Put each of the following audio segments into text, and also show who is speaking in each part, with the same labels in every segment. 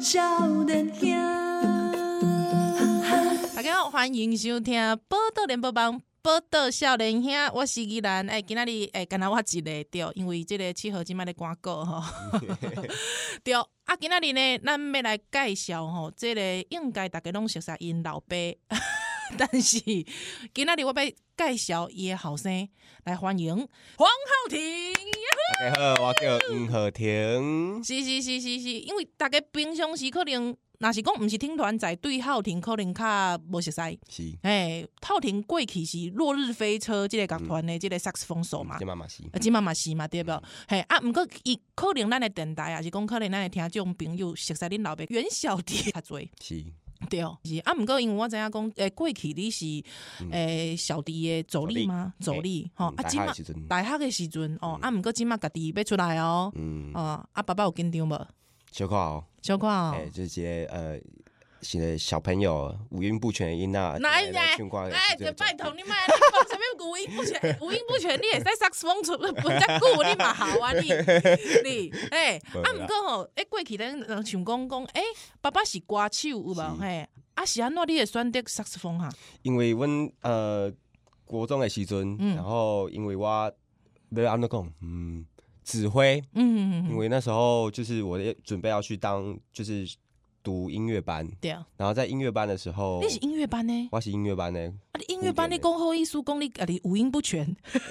Speaker 1: 少年兄。
Speaker 2: 大家好，欢迎收听《报道联播网》。报道少年兄，我是依兰。哎、今仔日哎，敢若我一个对，因为即个七号即摆咧广告 吼，对。啊，今仔日呢，咱要来介绍吼，即、个应该大家拢熟悉因老爸， 但是今仔日我要介绍伊的后生来欢迎黄浩庭。
Speaker 3: 大家好，我叫黄浩庭。
Speaker 2: 是是是是是，因为大家平常时可能若是讲毋是听团仔，对浩庭可能较无熟悉。
Speaker 3: 是，
Speaker 2: 哎，透廷过去是落日飞车即个乐团
Speaker 3: 嗯
Speaker 2: 的即个萨克斯风手嘛
Speaker 3: 这，妈妈是，
Speaker 2: 啊，即嘛嘛是嘛，对
Speaker 3: 嗯
Speaker 2: 无？嘿啊，毋过伊可能咱的电台也是讲可能咱的听众朋友熟悉恁老爸袁小弟较侪，
Speaker 3: 是，
Speaker 2: 对，是啊，毋过因为我知影讲，诶，过去你是诶小弟的助理吗？
Speaker 3: 嗯助
Speaker 2: 助
Speaker 3: 理
Speaker 2: 理吼，
Speaker 3: 嗯
Speaker 2: 啊，
Speaker 3: 大
Speaker 2: 即
Speaker 3: 学
Speaker 2: 嘛
Speaker 3: 的时阵
Speaker 2: 大学的时阵哦，啊，毋过即嘛家己要出来哦，
Speaker 3: 嗯，
Speaker 2: 哦，啊，爸爸有紧张无？
Speaker 3: 小可哦，
Speaker 2: 小可哦
Speaker 3: 哎，，就是一个呃，是个小朋友五音不全的囡仔，
Speaker 2: 哪一
Speaker 3: 唱歌的
Speaker 2: 哎，
Speaker 3: 时阵
Speaker 2: 拜托你妈，你讲什么五音不全？五音不全，你也在萨克斯风出不在鼓，你嘛好啊你你 哎，啊毋过吼，哎过去咱呃想讲讲，哎爸爸是歌手有无？嘿，啊是安怎你会选择萨克斯风哈？
Speaker 3: 因为阮呃国中的时阵，
Speaker 2: 嗯
Speaker 3: 然后因为我要安怎讲，嗯，指挥，
Speaker 2: 嗯，
Speaker 3: 因
Speaker 2: 嗯嗯
Speaker 3: 为那时候就是我也准备要去当就是读音乐班，
Speaker 2: 对啊，
Speaker 3: 然后在音乐班的时候
Speaker 2: 你，是音乐班呢？
Speaker 3: 我是音乐班哦的，
Speaker 2: 啊，你音乐班你讲好艺术，讲你啊你五音不全，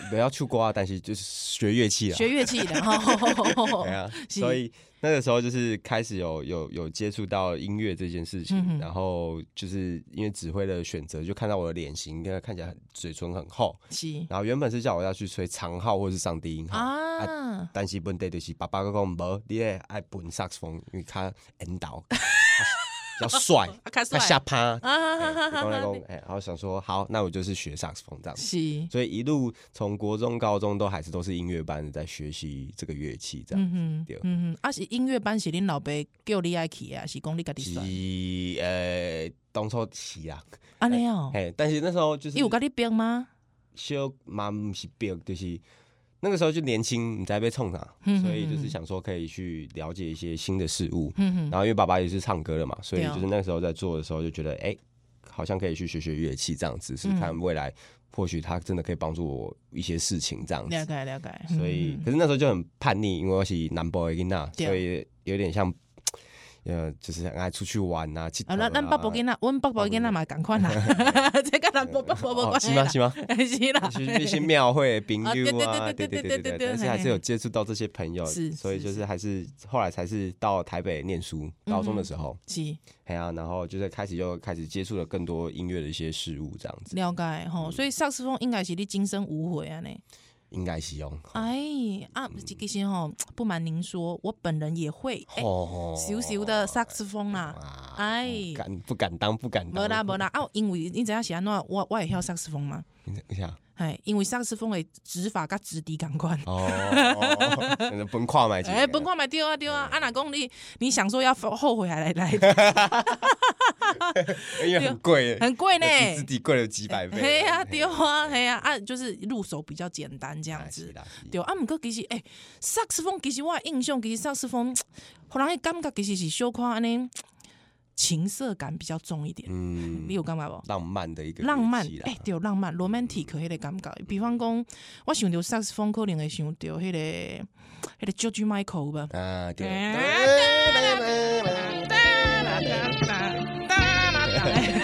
Speaker 3: 不要出国啊，但是就是学乐器啊，
Speaker 2: 学乐器 的吼
Speaker 3: 对。啊，
Speaker 2: 哦是
Speaker 3: 所以那个时候就是开始有有有接触到音乐这件事情，
Speaker 2: 嗯哼
Speaker 3: 然后就是因为指挥的选择，就看到我的脸型，跟看起来很嘴唇很厚，
Speaker 2: 是
Speaker 3: 然后原本是叫我要去吹长号或是上低音号。
Speaker 2: 啊。
Speaker 3: 但是问题就是爸爸讲无，你咧爱本萨克斯风，因为他 引导，较帅，
Speaker 2: 较帅
Speaker 3: 较下 趴。
Speaker 2: 啊哈哈
Speaker 3: 然后
Speaker 2: 哈
Speaker 3: 来
Speaker 2: 哈
Speaker 3: 讲！，哎，然后想说，好，那我就是学萨克斯风这样子。
Speaker 2: 是，
Speaker 3: 所以一路从国中、高中都还是都是音乐班在学习这个乐器这样子。
Speaker 2: 嗯哼
Speaker 3: 对，
Speaker 2: 嗯哼，啊是音乐班是恁老爸叫你爱去的，啊还是讲你家己
Speaker 3: 是
Speaker 2: 选？
Speaker 3: 呃，当初是啊，
Speaker 2: 安尼哦，
Speaker 3: 哎、但是那时候就是
Speaker 2: 伊有甲你编吗？
Speaker 3: 小嘛，不是病，就是那个时候就年轻，你才被冲上，
Speaker 2: 嗯
Speaker 3: 所以就是想说可以去了解一些新的事物。
Speaker 2: 嗯哼，
Speaker 3: 然后因为爸爸也是唱歌的嘛，所以
Speaker 2: 对啊
Speaker 3: 就是那时候在做的时候就觉得，哎、好像可以去学学乐器这样子，是看未来或许他真的可以帮助我一些事情这样
Speaker 2: 了
Speaker 3: 子。
Speaker 2: 解了解。
Speaker 3: 所以，
Speaker 2: 嗯
Speaker 3: 可是那时候就很叛逆，因为我是南部的囡仔，
Speaker 2: 对啊
Speaker 3: 所以有点像，呃，就是很爱出去玩啊，去
Speaker 2: 啊，咱咱北部囡仔，阮北部囡仔嘛共款啦，啊 这甲咱北北部无
Speaker 3: 哦
Speaker 2: 关
Speaker 3: 是
Speaker 2: 系
Speaker 3: 吗？
Speaker 2: 啦，
Speaker 3: 是吗？
Speaker 2: 是啦，
Speaker 3: 就是一些庙会、朋
Speaker 2: 啊对
Speaker 3: 友啊，
Speaker 2: 对对对对对
Speaker 3: 对对对
Speaker 2: 对
Speaker 3: 对
Speaker 2: 对
Speaker 3: 对，但是还
Speaker 2: 嘿
Speaker 3: 是
Speaker 2: 嘿
Speaker 3: 有接触到这些朋友，
Speaker 2: 是
Speaker 3: 所以
Speaker 2: 是
Speaker 3: 就是是还是后来才是到台北念书，高中的时候，
Speaker 2: 是
Speaker 3: 哎呀，然后就是开始又开始接触了更多音乐的一些事物，这样子
Speaker 2: 了解吼。
Speaker 3: 嗯
Speaker 2: 所以萨克斯风应该是你今生无悔啊呢。
Speaker 3: 应该是哦用
Speaker 2: 哎啊，其实吼，不瞒您说，我本人也会哎
Speaker 3: 哦
Speaker 2: 小小的萨克斯风啦。
Speaker 3: 啊
Speaker 2: 哎
Speaker 3: 不敢不敢当不敢当，
Speaker 2: 无啦无啦，啊，因为你知影是安怎，我我会晓萨克斯风嘛。
Speaker 3: 你等一下
Speaker 2: 哎，因为萨克斯风的指法甲指笛共款。
Speaker 3: 哦，哦可能崩跨买起来，
Speaker 2: 哎，本看嘛对啊对啊，啊若讲你你想说要后悔还来来，
Speaker 3: 因为很贵，
Speaker 2: 很贵呢。
Speaker 3: 比自己贵了几百倍，
Speaker 2: 嘿啊对啊嘿啊啊，就是入手比较简单这样
Speaker 3: 哎是
Speaker 2: 子。
Speaker 3: 啦是
Speaker 2: 对啊，毋过其实诶，萨克斯风其实我的印象其实萨克斯风，互人的感觉其实是小可安尼情色感比较重一点，
Speaker 3: 嗯
Speaker 2: 你有感觉无？
Speaker 3: 浪漫的一个
Speaker 2: 浪漫
Speaker 3: 乐器啦嗯
Speaker 2: 诶，对，浪漫 romantic 迄个感觉。比方讲，我想着萨克斯风可能会想着迄个迄个 George Michael 吧。
Speaker 3: 啊，对，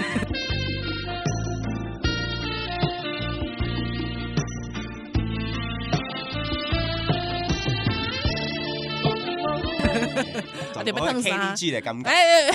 Speaker 2: 啊对要烫衫
Speaker 3: K D G 的感 觉，
Speaker 2: 哎，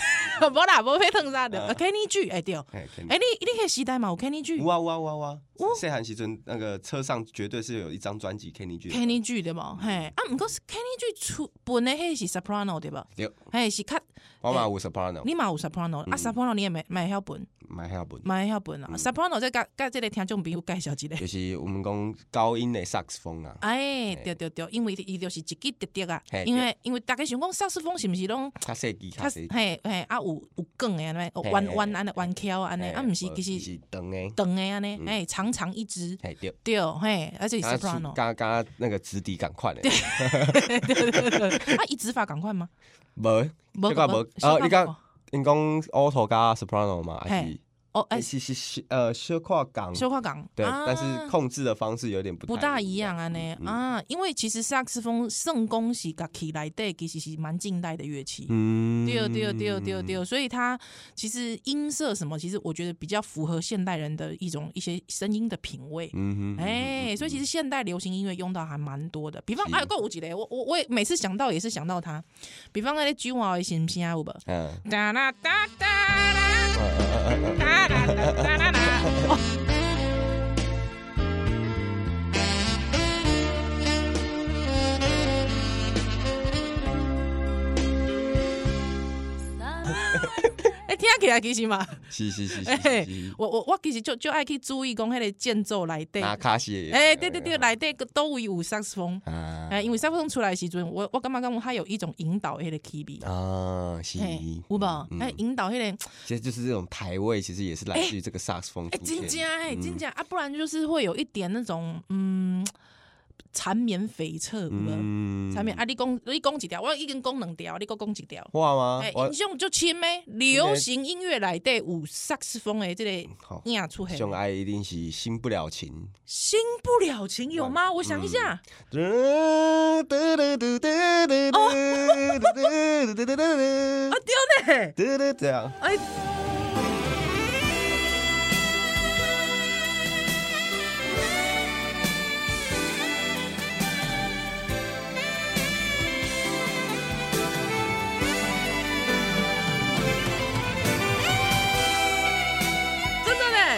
Speaker 2: 无啦，无要烫啥
Speaker 3: 啊啊
Speaker 2: 的。Kenny G，哎对，哎
Speaker 3: 哎，肯定
Speaker 2: 你你迄时代嘛有 Kenny
Speaker 3: 哇哇哇哇！细汉时阵那个车上绝对是有一张专辑 Kenny G 的
Speaker 2: G，Kenny G 对无？嘿，啊，毋过是 Kenny G 出本的迄是 Soprano 对无？
Speaker 3: 对，
Speaker 2: 嘿，是较哎
Speaker 3: 我嘛有嗯 soprano，
Speaker 2: 你嘛有 Soprano，啊 Soprano 你也袂袂晓本，
Speaker 3: 蛮晓本，
Speaker 2: 蛮晓本啊，soprano
Speaker 3: 嗯
Speaker 2: 再甲甲即个听众朋友介绍一个。
Speaker 3: 就是我们讲高音的萨克斯风啊，
Speaker 2: 哎，对对对，因为伊就是一记直直啊
Speaker 3: 嘿，
Speaker 2: 因为因为大家想讲萨克斯风是毋是拢
Speaker 3: 较细机较
Speaker 2: 较
Speaker 3: 细，
Speaker 2: 嘿嘿啊有有梗的安尼，有
Speaker 3: 嘿
Speaker 2: 弯
Speaker 3: 嘿
Speaker 2: 弯安尼弯翘安尼，
Speaker 3: 嘿
Speaker 2: 啊毋是
Speaker 3: 无
Speaker 2: 其实
Speaker 3: 是长的，
Speaker 2: 长的安尼，哎长长一支，
Speaker 3: 嘿对，
Speaker 2: 对嘿，而且是
Speaker 3: 啊是
Speaker 2: soprano，
Speaker 3: 刚刚那个质地赶快嘞，
Speaker 2: 啊伊指法共 款吗？
Speaker 3: 无
Speaker 2: 无
Speaker 3: 这个无
Speaker 2: 小
Speaker 3: 呃
Speaker 2: 可
Speaker 3: 你
Speaker 2: 无
Speaker 3: 讲因讲 alto 加 soprano 嘛，还
Speaker 2: 嘿
Speaker 3: 是
Speaker 2: 哦哎
Speaker 3: 诶是是是呃小跨港，
Speaker 2: 小可共
Speaker 3: 对，
Speaker 2: 啊
Speaker 3: 但是控制的方式有点不
Speaker 2: 不大一样安尼
Speaker 3: 嗯嗯
Speaker 2: 啊，因为其实萨克斯风圣公是甲起来底其实是蛮近代的乐器。
Speaker 3: 嗯
Speaker 2: 对哦对对对对，所以它其实音色什么，其实我觉得比较符合现代人的一种一些声音的品味。
Speaker 3: 嗯哼，
Speaker 2: 哎、所以其
Speaker 3: 实
Speaker 2: 实现代流行音乐用到还蛮多的，比方
Speaker 3: 是
Speaker 2: 哎，够有几个，我我我也每次想到也是想到它，比方那个 G 娃的行不行啊？有无？
Speaker 3: 嗯，
Speaker 2: 哒啦哒哒啦，哒啦哒哒啦啦，哦，哎，听起来其实嘛，
Speaker 3: 是是 是是
Speaker 2: 哎
Speaker 3: 是是，
Speaker 2: 我我我其实就就爱去注意讲迄个间奏内底，
Speaker 3: 拿
Speaker 2: 哎、
Speaker 3: 卡西，
Speaker 2: 对对对，内底都位有萨克斯风。
Speaker 3: 哎啊
Speaker 2: 哎，因为萨克斯风出来的时阵，我我感觉讲它有一种引导迄个 key 比，
Speaker 3: 啊是，
Speaker 2: 嘿，有无？哎，引导迄个，
Speaker 3: 其实就是这种排位，其实也是来自于这个萨克斯风
Speaker 2: 哎，
Speaker 3: 出
Speaker 2: 真
Speaker 3: 现嗯
Speaker 2: 正
Speaker 3: 的。
Speaker 2: 哎，真正啊，不然就是会有一点那种嗯缠绵悱恻，有无？
Speaker 3: 嗯
Speaker 2: 缠绵啊，你讲你讲一条，我已经讲两条，你搁讲一条。
Speaker 3: 画吗
Speaker 2: 哎，？
Speaker 3: 我
Speaker 2: 印象就深诶，流行音乐内底有萨克斯风诶，这个
Speaker 3: 好，
Speaker 2: 影出现。
Speaker 3: 熊爱一定是新不了情。
Speaker 2: 新不了情有吗？
Speaker 3: 嗯
Speaker 2: 我想一下，
Speaker 3: 哦
Speaker 2: 啊，，丢 呢，
Speaker 3: 对对这样，
Speaker 2: 哎，真的
Speaker 3: 要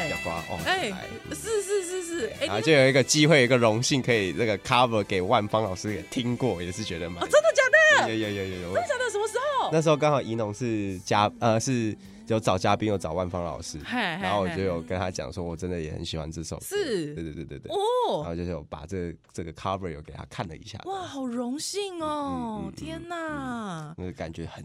Speaker 2: 嘞，
Speaker 3: 刮哦，
Speaker 2: 哎
Speaker 3: 哎，，
Speaker 2: 是是是是，哎，
Speaker 3: 啊，
Speaker 2: 你
Speaker 3: 就有一个机会，有一个荣幸可以这个 cover 给万芳老师也听过，也是觉得蛮
Speaker 2: 哦，真的假的？
Speaker 3: 有有有有有，我
Speaker 2: 真的假的？什么时候？
Speaker 3: 那时候刚好怡农是嘉呃是有找嘉宾，有找万芳老师，
Speaker 2: 嘿嘿
Speaker 3: 然后我
Speaker 2: 嘿
Speaker 3: 就有跟他讲说，我真的也很喜欢这首歌，
Speaker 2: 是
Speaker 3: 对对对对对，然
Speaker 2: 哦，
Speaker 3: 后就是有把这个这个 cover 有给他看了一下，
Speaker 2: 哇，好荣幸哦！
Speaker 3: 嗯嗯嗯
Speaker 2: 天哪，
Speaker 3: 那个感觉很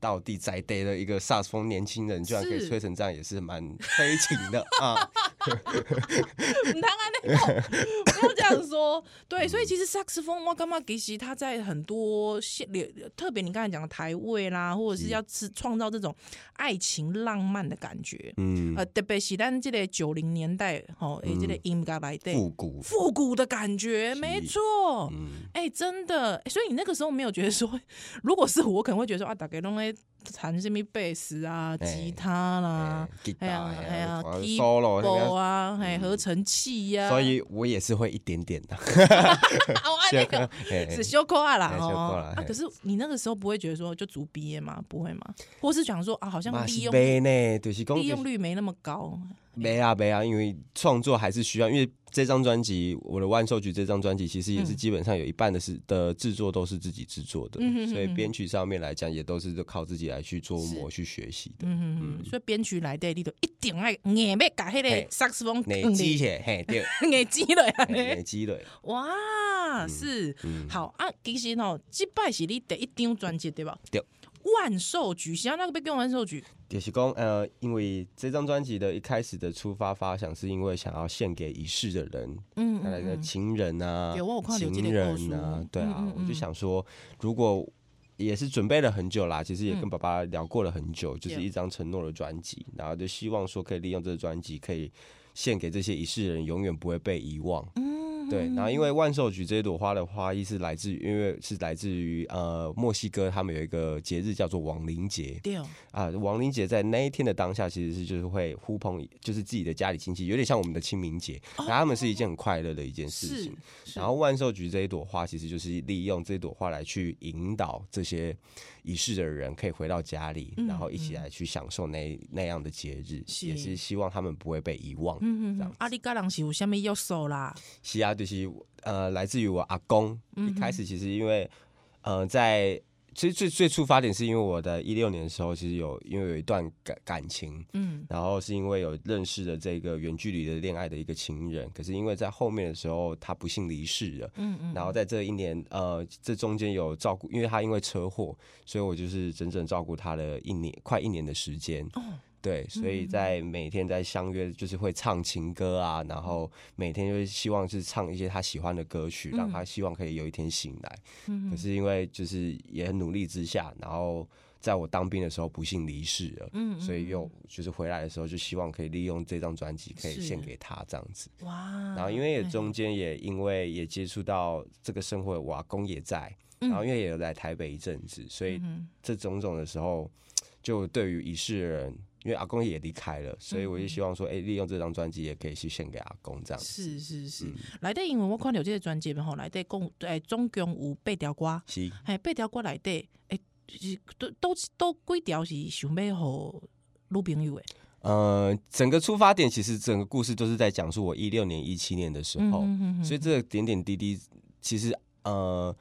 Speaker 3: 到地在地的一个萨克斯风年轻人，居然可以
Speaker 2: 是
Speaker 3: 吹成这样，也是蛮悲情的 啊。
Speaker 2: 你当然啊那种不要这样说。对，所以其实萨克斯风，我干嘛其实它在很多现，特别你刚才讲的台位啦，或者是要制创造这种爱情浪漫的感觉。
Speaker 3: 嗯，
Speaker 2: 呃，特别是咱这个九零年代，吼、诶，这个音乐来的
Speaker 3: 复古，
Speaker 2: 复古的感觉，没错。
Speaker 3: 嗯，
Speaker 2: 哎、真的、欸所以你那个时候没有觉得说，如果是我，可能会觉得说啊，大概弄哎弹什么贝斯啊、
Speaker 3: 哎
Speaker 2: 吉他啦
Speaker 3: 哎，吉
Speaker 2: 哎呀
Speaker 3: 他，
Speaker 2: 哎呀
Speaker 3: 我要
Speaker 2: 踢
Speaker 3: solo
Speaker 2: 鼓
Speaker 3: 那
Speaker 2: 啊，哎、合成器呀、啊，
Speaker 3: 边，所以我也是会一点点的。
Speaker 2: 啊， 我那个
Speaker 3: 哎
Speaker 2: 是修扣啊啦
Speaker 3: 哎，修扣
Speaker 2: 哦，
Speaker 3: 啦
Speaker 2: 啊，
Speaker 3: 嘿
Speaker 2: 可是你那个时候不会觉得说就足毕业吗？不会吗？或是想说啊，好像
Speaker 3: 嘛
Speaker 2: 利
Speaker 3: 是
Speaker 2: 用
Speaker 3: 没呢，就是讲
Speaker 2: 利用率没那么高，
Speaker 3: 没啊没啊，因为创作还是需要，因为这张专辑《我的万寿菊》这张专辑其实也是
Speaker 2: 嗯
Speaker 3: 基本上有一半的是的制作都是自己制作的，
Speaker 2: 嗯哼哼
Speaker 3: 所以
Speaker 2: 哼
Speaker 3: 编曲上面来讲也都是就靠自己来去琢磨去学习的。
Speaker 2: 嗯嗯嗯，所以编曲来的你就一定爱硬要把迄
Speaker 3: 嘿
Speaker 2: 个萨克斯风
Speaker 3: 累积起来，嘿，对，
Speaker 2: 硬挤落 安
Speaker 3: 嘿
Speaker 2: 尼
Speaker 3: 累，积了。
Speaker 2: 哇，是
Speaker 3: 嗯，
Speaker 2: 好啊，其实吼，即摆是你第一张专辑对吧？
Speaker 3: 对。
Speaker 2: 万寿菊，想要那个被用万寿菊，
Speaker 3: 就是讲，呃，因为这张专辑的一开始的出发发想，是因为想要献给已逝的人，
Speaker 2: 嗯
Speaker 3: 那来的情人啊
Speaker 2: 对我有，看到这
Speaker 3: 情
Speaker 2: 个故
Speaker 3: 人
Speaker 2: 事
Speaker 3: 啊，对啊
Speaker 2: 嗯嗯，
Speaker 3: 我就
Speaker 2: 嗯
Speaker 3: 想说，如果也是准备了很久啦，其实也跟爸爸聊过了很久，就
Speaker 2: 嗯
Speaker 3: 是
Speaker 2: 对
Speaker 3: 一张承诺的专辑，然后就希望说可以利用这个专辑，可以献给这些已逝人，永远不会被遗忘。
Speaker 2: 嗯，
Speaker 3: 对，然后因为万寿菊这一朵花的花意是来自于，因为是来自于呃墨西哥，他们有一个节日叫做亡灵节，
Speaker 2: 对，哦
Speaker 3: 啊，亡灵节在那一天的当下，其实是就是会呼朋，就是自己的家里亲戚，有点像我们的清明节，然后他们是一件很快乐的一件事
Speaker 2: 哦是
Speaker 3: 情。，然后万寿菊这一朵花，其实就是利用这朵花来去引导这些已逝的人可以回到家里，然后一起来去享受那那样的节日，
Speaker 2: 嗯是
Speaker 3: 也是希望他们不会被遗忘。
Speaker 2: 嗯嗯
Speaker 3: 这样
Speaker 2: 嗯，啊，你甲人是有啥物约束啦？
Speaker 3: 西
Speaker 2: 嗯
Speaker 3: 亚就是呃，来自于我阿公。一开始其实因为呃，在其实最最触发点是因为我在一六年的时候，其实有因为有一段感感情，
Speaker 2: 嗯
Speaker 3: 然后是因为有认识了这个远距离的恋爱的一个情人，可是因为在后面的时候，他不幸离世了。
Speaker 2: 嗯嗯，
Speaker 3: 然后在这一年，呃，这中间有照顾，因为他因为车祸，所以我就是整整照顾他了一年，快一年的时间。
Speaker 2: 哦
Speaker 3: 对，所以在每天在相约，就是会唱情歌啊，然后每天就是希望是唱一些他喜欢的歌曲，让他希望可以有一天醒来。
Speaker 2: 嗯
Speaker 3: 可是因为就是也很努力之下，然后在我当兵的时候不幸离世了，
Speaker 2: 嗯嗯
Speaker 3: 所以又就是回来的时候就希望可以利用这张专辑可以
Speaker 2: 是
Speaker 3: 献给他这样子。
Speaker 2: 哇，
Speaker 3: 然后因为也
Speaker 2: 嘿
Speaker 3: 中间也因为也接触到这个生活，我阿公也在，
Speaker 2: 嗯
Speaker 3: 然后因为也有来台北一阵子，所以
Speaker 2: 嗯
Speaker 3: 这种种的时候，就对于已逝的人，因为阿公也离开了，所以我就希望说，哎、利用这张专辑也可以去献给阿公这样子。
Speaker 2: 嗯是是是，
Speaker 3: 嗯
Speaker 2: 来底因为我看到这个专辑嘛吼，来底共诶总共有八条歌，
Speaker 3: 是
Speaker 2: 嘿八条歌内底诶是都都都几条是想要互女朋友诶，
Speaker 3: 呃，整个出发点其实整个故事都是在讲述我一六年、一七年的时候，
Speaker 2: 嗯
Speaker 3: 所以这个点点滴滴，其实呃，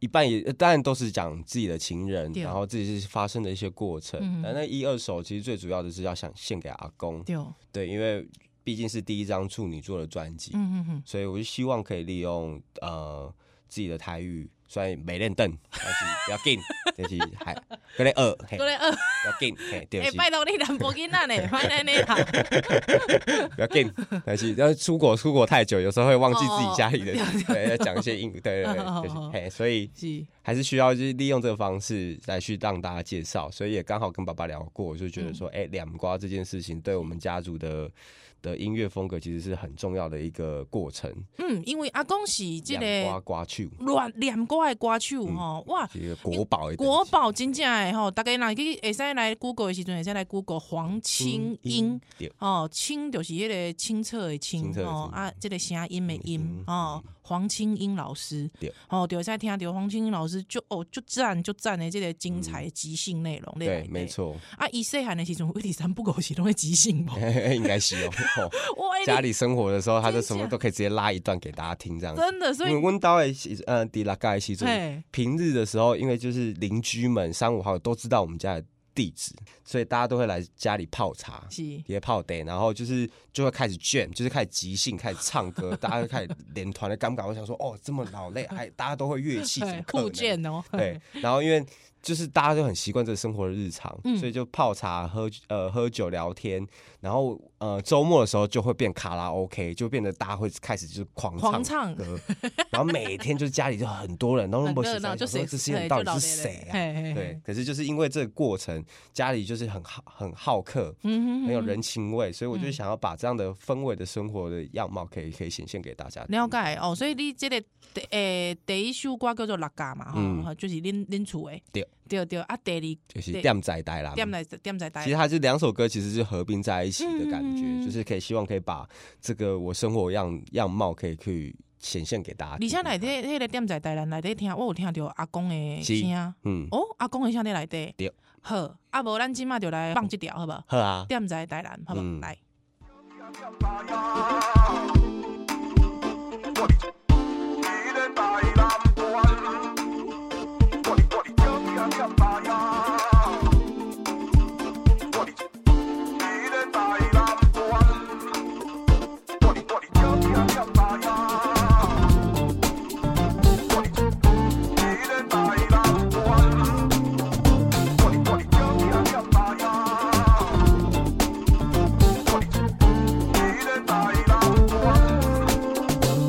Speaker 3: 一半也当然都是讲自己的情人，
Speaker 2: 对
Speaker 3: 然后自己是发生的一些过程
Speaker 2: 嗯。
Speaker 3: 但那一二首其实最主要的是要想献给阿公，
Speaker 2: 对，
Speaker 3: 对，因为毕竟是第一张处女座的专辑，
Speaker 2: 嗯嗯嗯，
Speaker 3: 所以我就希望可以利用呃自己的台语，虽然没练凳，但是不要紧，但是还格雷二，嘿，
Speaker 2: 过
Speaker 3: 不
Speaker 2: 来二，
Speaker 3: 要紧，嘿，对
Speaker 2: 呃诶
Speaker 3: 不起，
Speaker 2: 拜托你南博囡仔呢， 拜来你啦，
Speaker 3: 不要紧，但是要出国出国太久，有时候会忘记自己家里的
Speaker 2: 哦
Speaker 3: 事，对，要讲一些英，对对
Speaker 2: 哦
Speaker 3: 对，就
Speaker 2: 哦
Speaker 3: 是嘿，所以
Speaker 2: 是，
Speaker 3: 还是需要就是利用这个方式来去让大家介绍，所以也刚好跟爸爸聊过，就觉得说，
Speaker 2: 嗯
Speaker 3: 哎、两瓜这件事情对我们家族的的音乐风格其实是很重要的一个过程，
Speaker 2: 嗯，因为阿公是即
Speaker 3: 两瓜
Speaker 2: 个
Speaker 3: 瓜曲
Speaker 2: 乱念歌诶歌手吼，哇。
Speaker 3: 是一个国宝的等级，
Speaker 2: 国宝真正诶吼，大家若去会使来 Google 的时阵，会使来 Google 黄清英，
Speaker 3: 对
Speaker 2: 哦，清就是迄个清澈的清
Speaker 3: 清澈的
Speaker 2: 哦
Speaker 3: 清
Speaker 2: 啊，这个声音的音
Speaker 3: 嗯
Speaker 2: 哦，黄清英老师
Speaker 3: 对，
Speaker 2: 哦，就会使听到黄清英老师就哦就赞就赞的这个精彩的即兴内容，
Speaker 3: 嗯对，没。错，
Speaker 2: 啊，伊细汉的时阵，我一三不狗是拢会即兴无，
Speaker 3: 应该是 哦。哦
Speaker 2: 我哎
Speaker 3: 家
Speaker 2: 你
Speaker 3: 里生活的时候，他就什
Speaker 2: 真
Speaker 3: 么
Speaker 2: 假
Speaker 3: 都可以直接拉一段给大家听，这样子。
Speaker 2: 真的，所以
Speaker 3: 因为温刀的时，呃，迪拉盖的时阵，
Speaker 2: 嘿，
Speaker 3: 平日的时候，因为就是邻居们三五好友都知道我们家的地址，所以大家都会来家里泡茶。
Speaker 2: 是
Speaker 3: 也泡 day，然后就是就会开始卷，就是开始即兴，开始唱歌，大家就开始连团的尴尬。我想说，哦，这么老累，还大家都会 乐器，怎么
Speaker 2: 嘿
Speaker 3: 可
Speaker 2: 酷
Speaker 3: 能？
Speaker 2: 剑哦，
Speaker 3: 对，然后因为就是大家都很习惯这个生活的日常，所
Speaker 2: 嗯
Speaker 3: 以就泡茶、喝呃喝酒、聊天，然后呃周末的时候就会变卡拉 OK，就变得大家会开始就是狂唱
Speaker 2: 狂唱
Speaker 3: 歌，然后每天就是家里就很多人，然后
Speaker 2: 很
Speaker 3: 没
Speaker 2: 热
Speaker 3: 想
Speaker 2: 闹，就
Speaker 3: 说
Speaker 2: 谁
Speaker 3: 这些人
Speaker 2: 嘿
Speaker 3: 到
Speaker 2: 就老
Speaker 3: 底
Speaker 2: 爹
Speaker 3: 是
Speaker 2: 嘞
Speaker 3: 谁啊？
Speaker 2: 嘿嘿嘿
Speaker 3: 对，可是就是因为这个过程，家里就是很好很好客，
Speaker 2: 嗯
Speaker 3: 很有人情味，所以我就想要把这样的氛围的生活的样貌可以可以显现给大家。
Speaker 2: 了解哦，所以你这个第诶、第一首歌叫做《六家》嘛，吼、
Speaker 3: 嗯
Speaker 2: 就是恁恁厝诶，
Speaker 3: 对啊
Speaker 2: 对对啊，第二
Speaker 3: 就是
Speaker 2: 对
Speaker 3: 店仔呆啦，
Speaker 2: 点来点在台
Speaker 3: 其实，它这两首歌其实是合并在一起的感觉，
Speaker 2: 嗯
Speaker 3: 就是可以希望可以把这个我生活样样貌可以去显现给大家。
Speaker 2: 而且内底迄个点在台咱内底听，我有听到阿公诶声，
Speaker 3: 嗯，
Speaker 2: 哦，阿公诶声伫内底，
Speaker 3: 对，
Speaker 2: 好，啊无咱即马就来放一条好无？
Speaker 3: 好啊，
Speaker 2: 点在台咱好无？
Speaker 3: 嗯
Speaker 2: 来，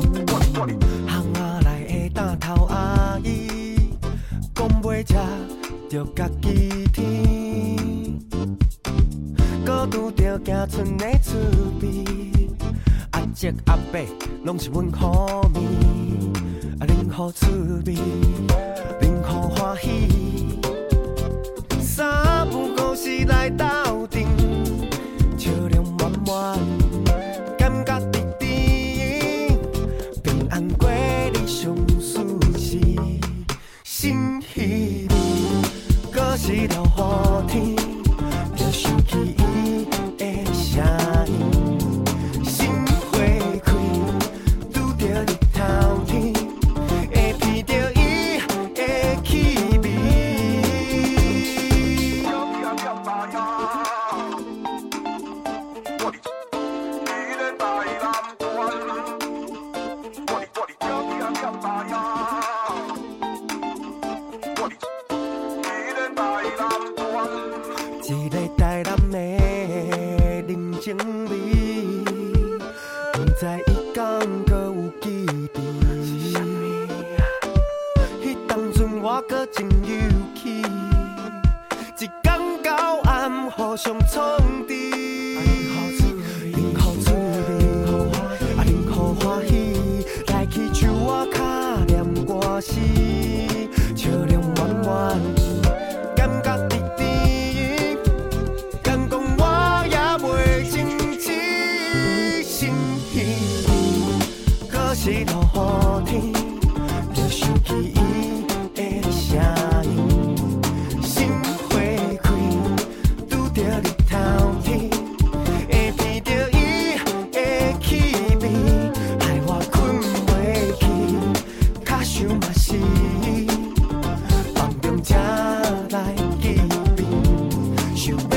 Speaker 1: 巷仔内啊的担头阿姨，讲袂食着家己添，搁拄着行村的厝边，阿叔阿伯拢是阮好味，啊恁好趣味，恁好欢喜，三不五时来斗阵，笑容满满，感觉甜甜。平安过日上舒适，心稀微，搁是落雨天，就想起伊的声音，心花开，拄着日头天，会闻到伊的气味。
Speaker 4: 一个台南的人情味，不知伊敢搁有记忆。迄当阵我搁真有气，一天到暗互相创治。恁好滋味啊恁好欢喜，来去手我脚念歌诗，笑容弯弯，感觉甜甜。敢讲我也袂真只心虚，可是落雨天，就想起伊的声音，心花开，拄着日头天，会闻着伊的气味，害我困袂去，脚想嘛是伊，放中才来见面。想要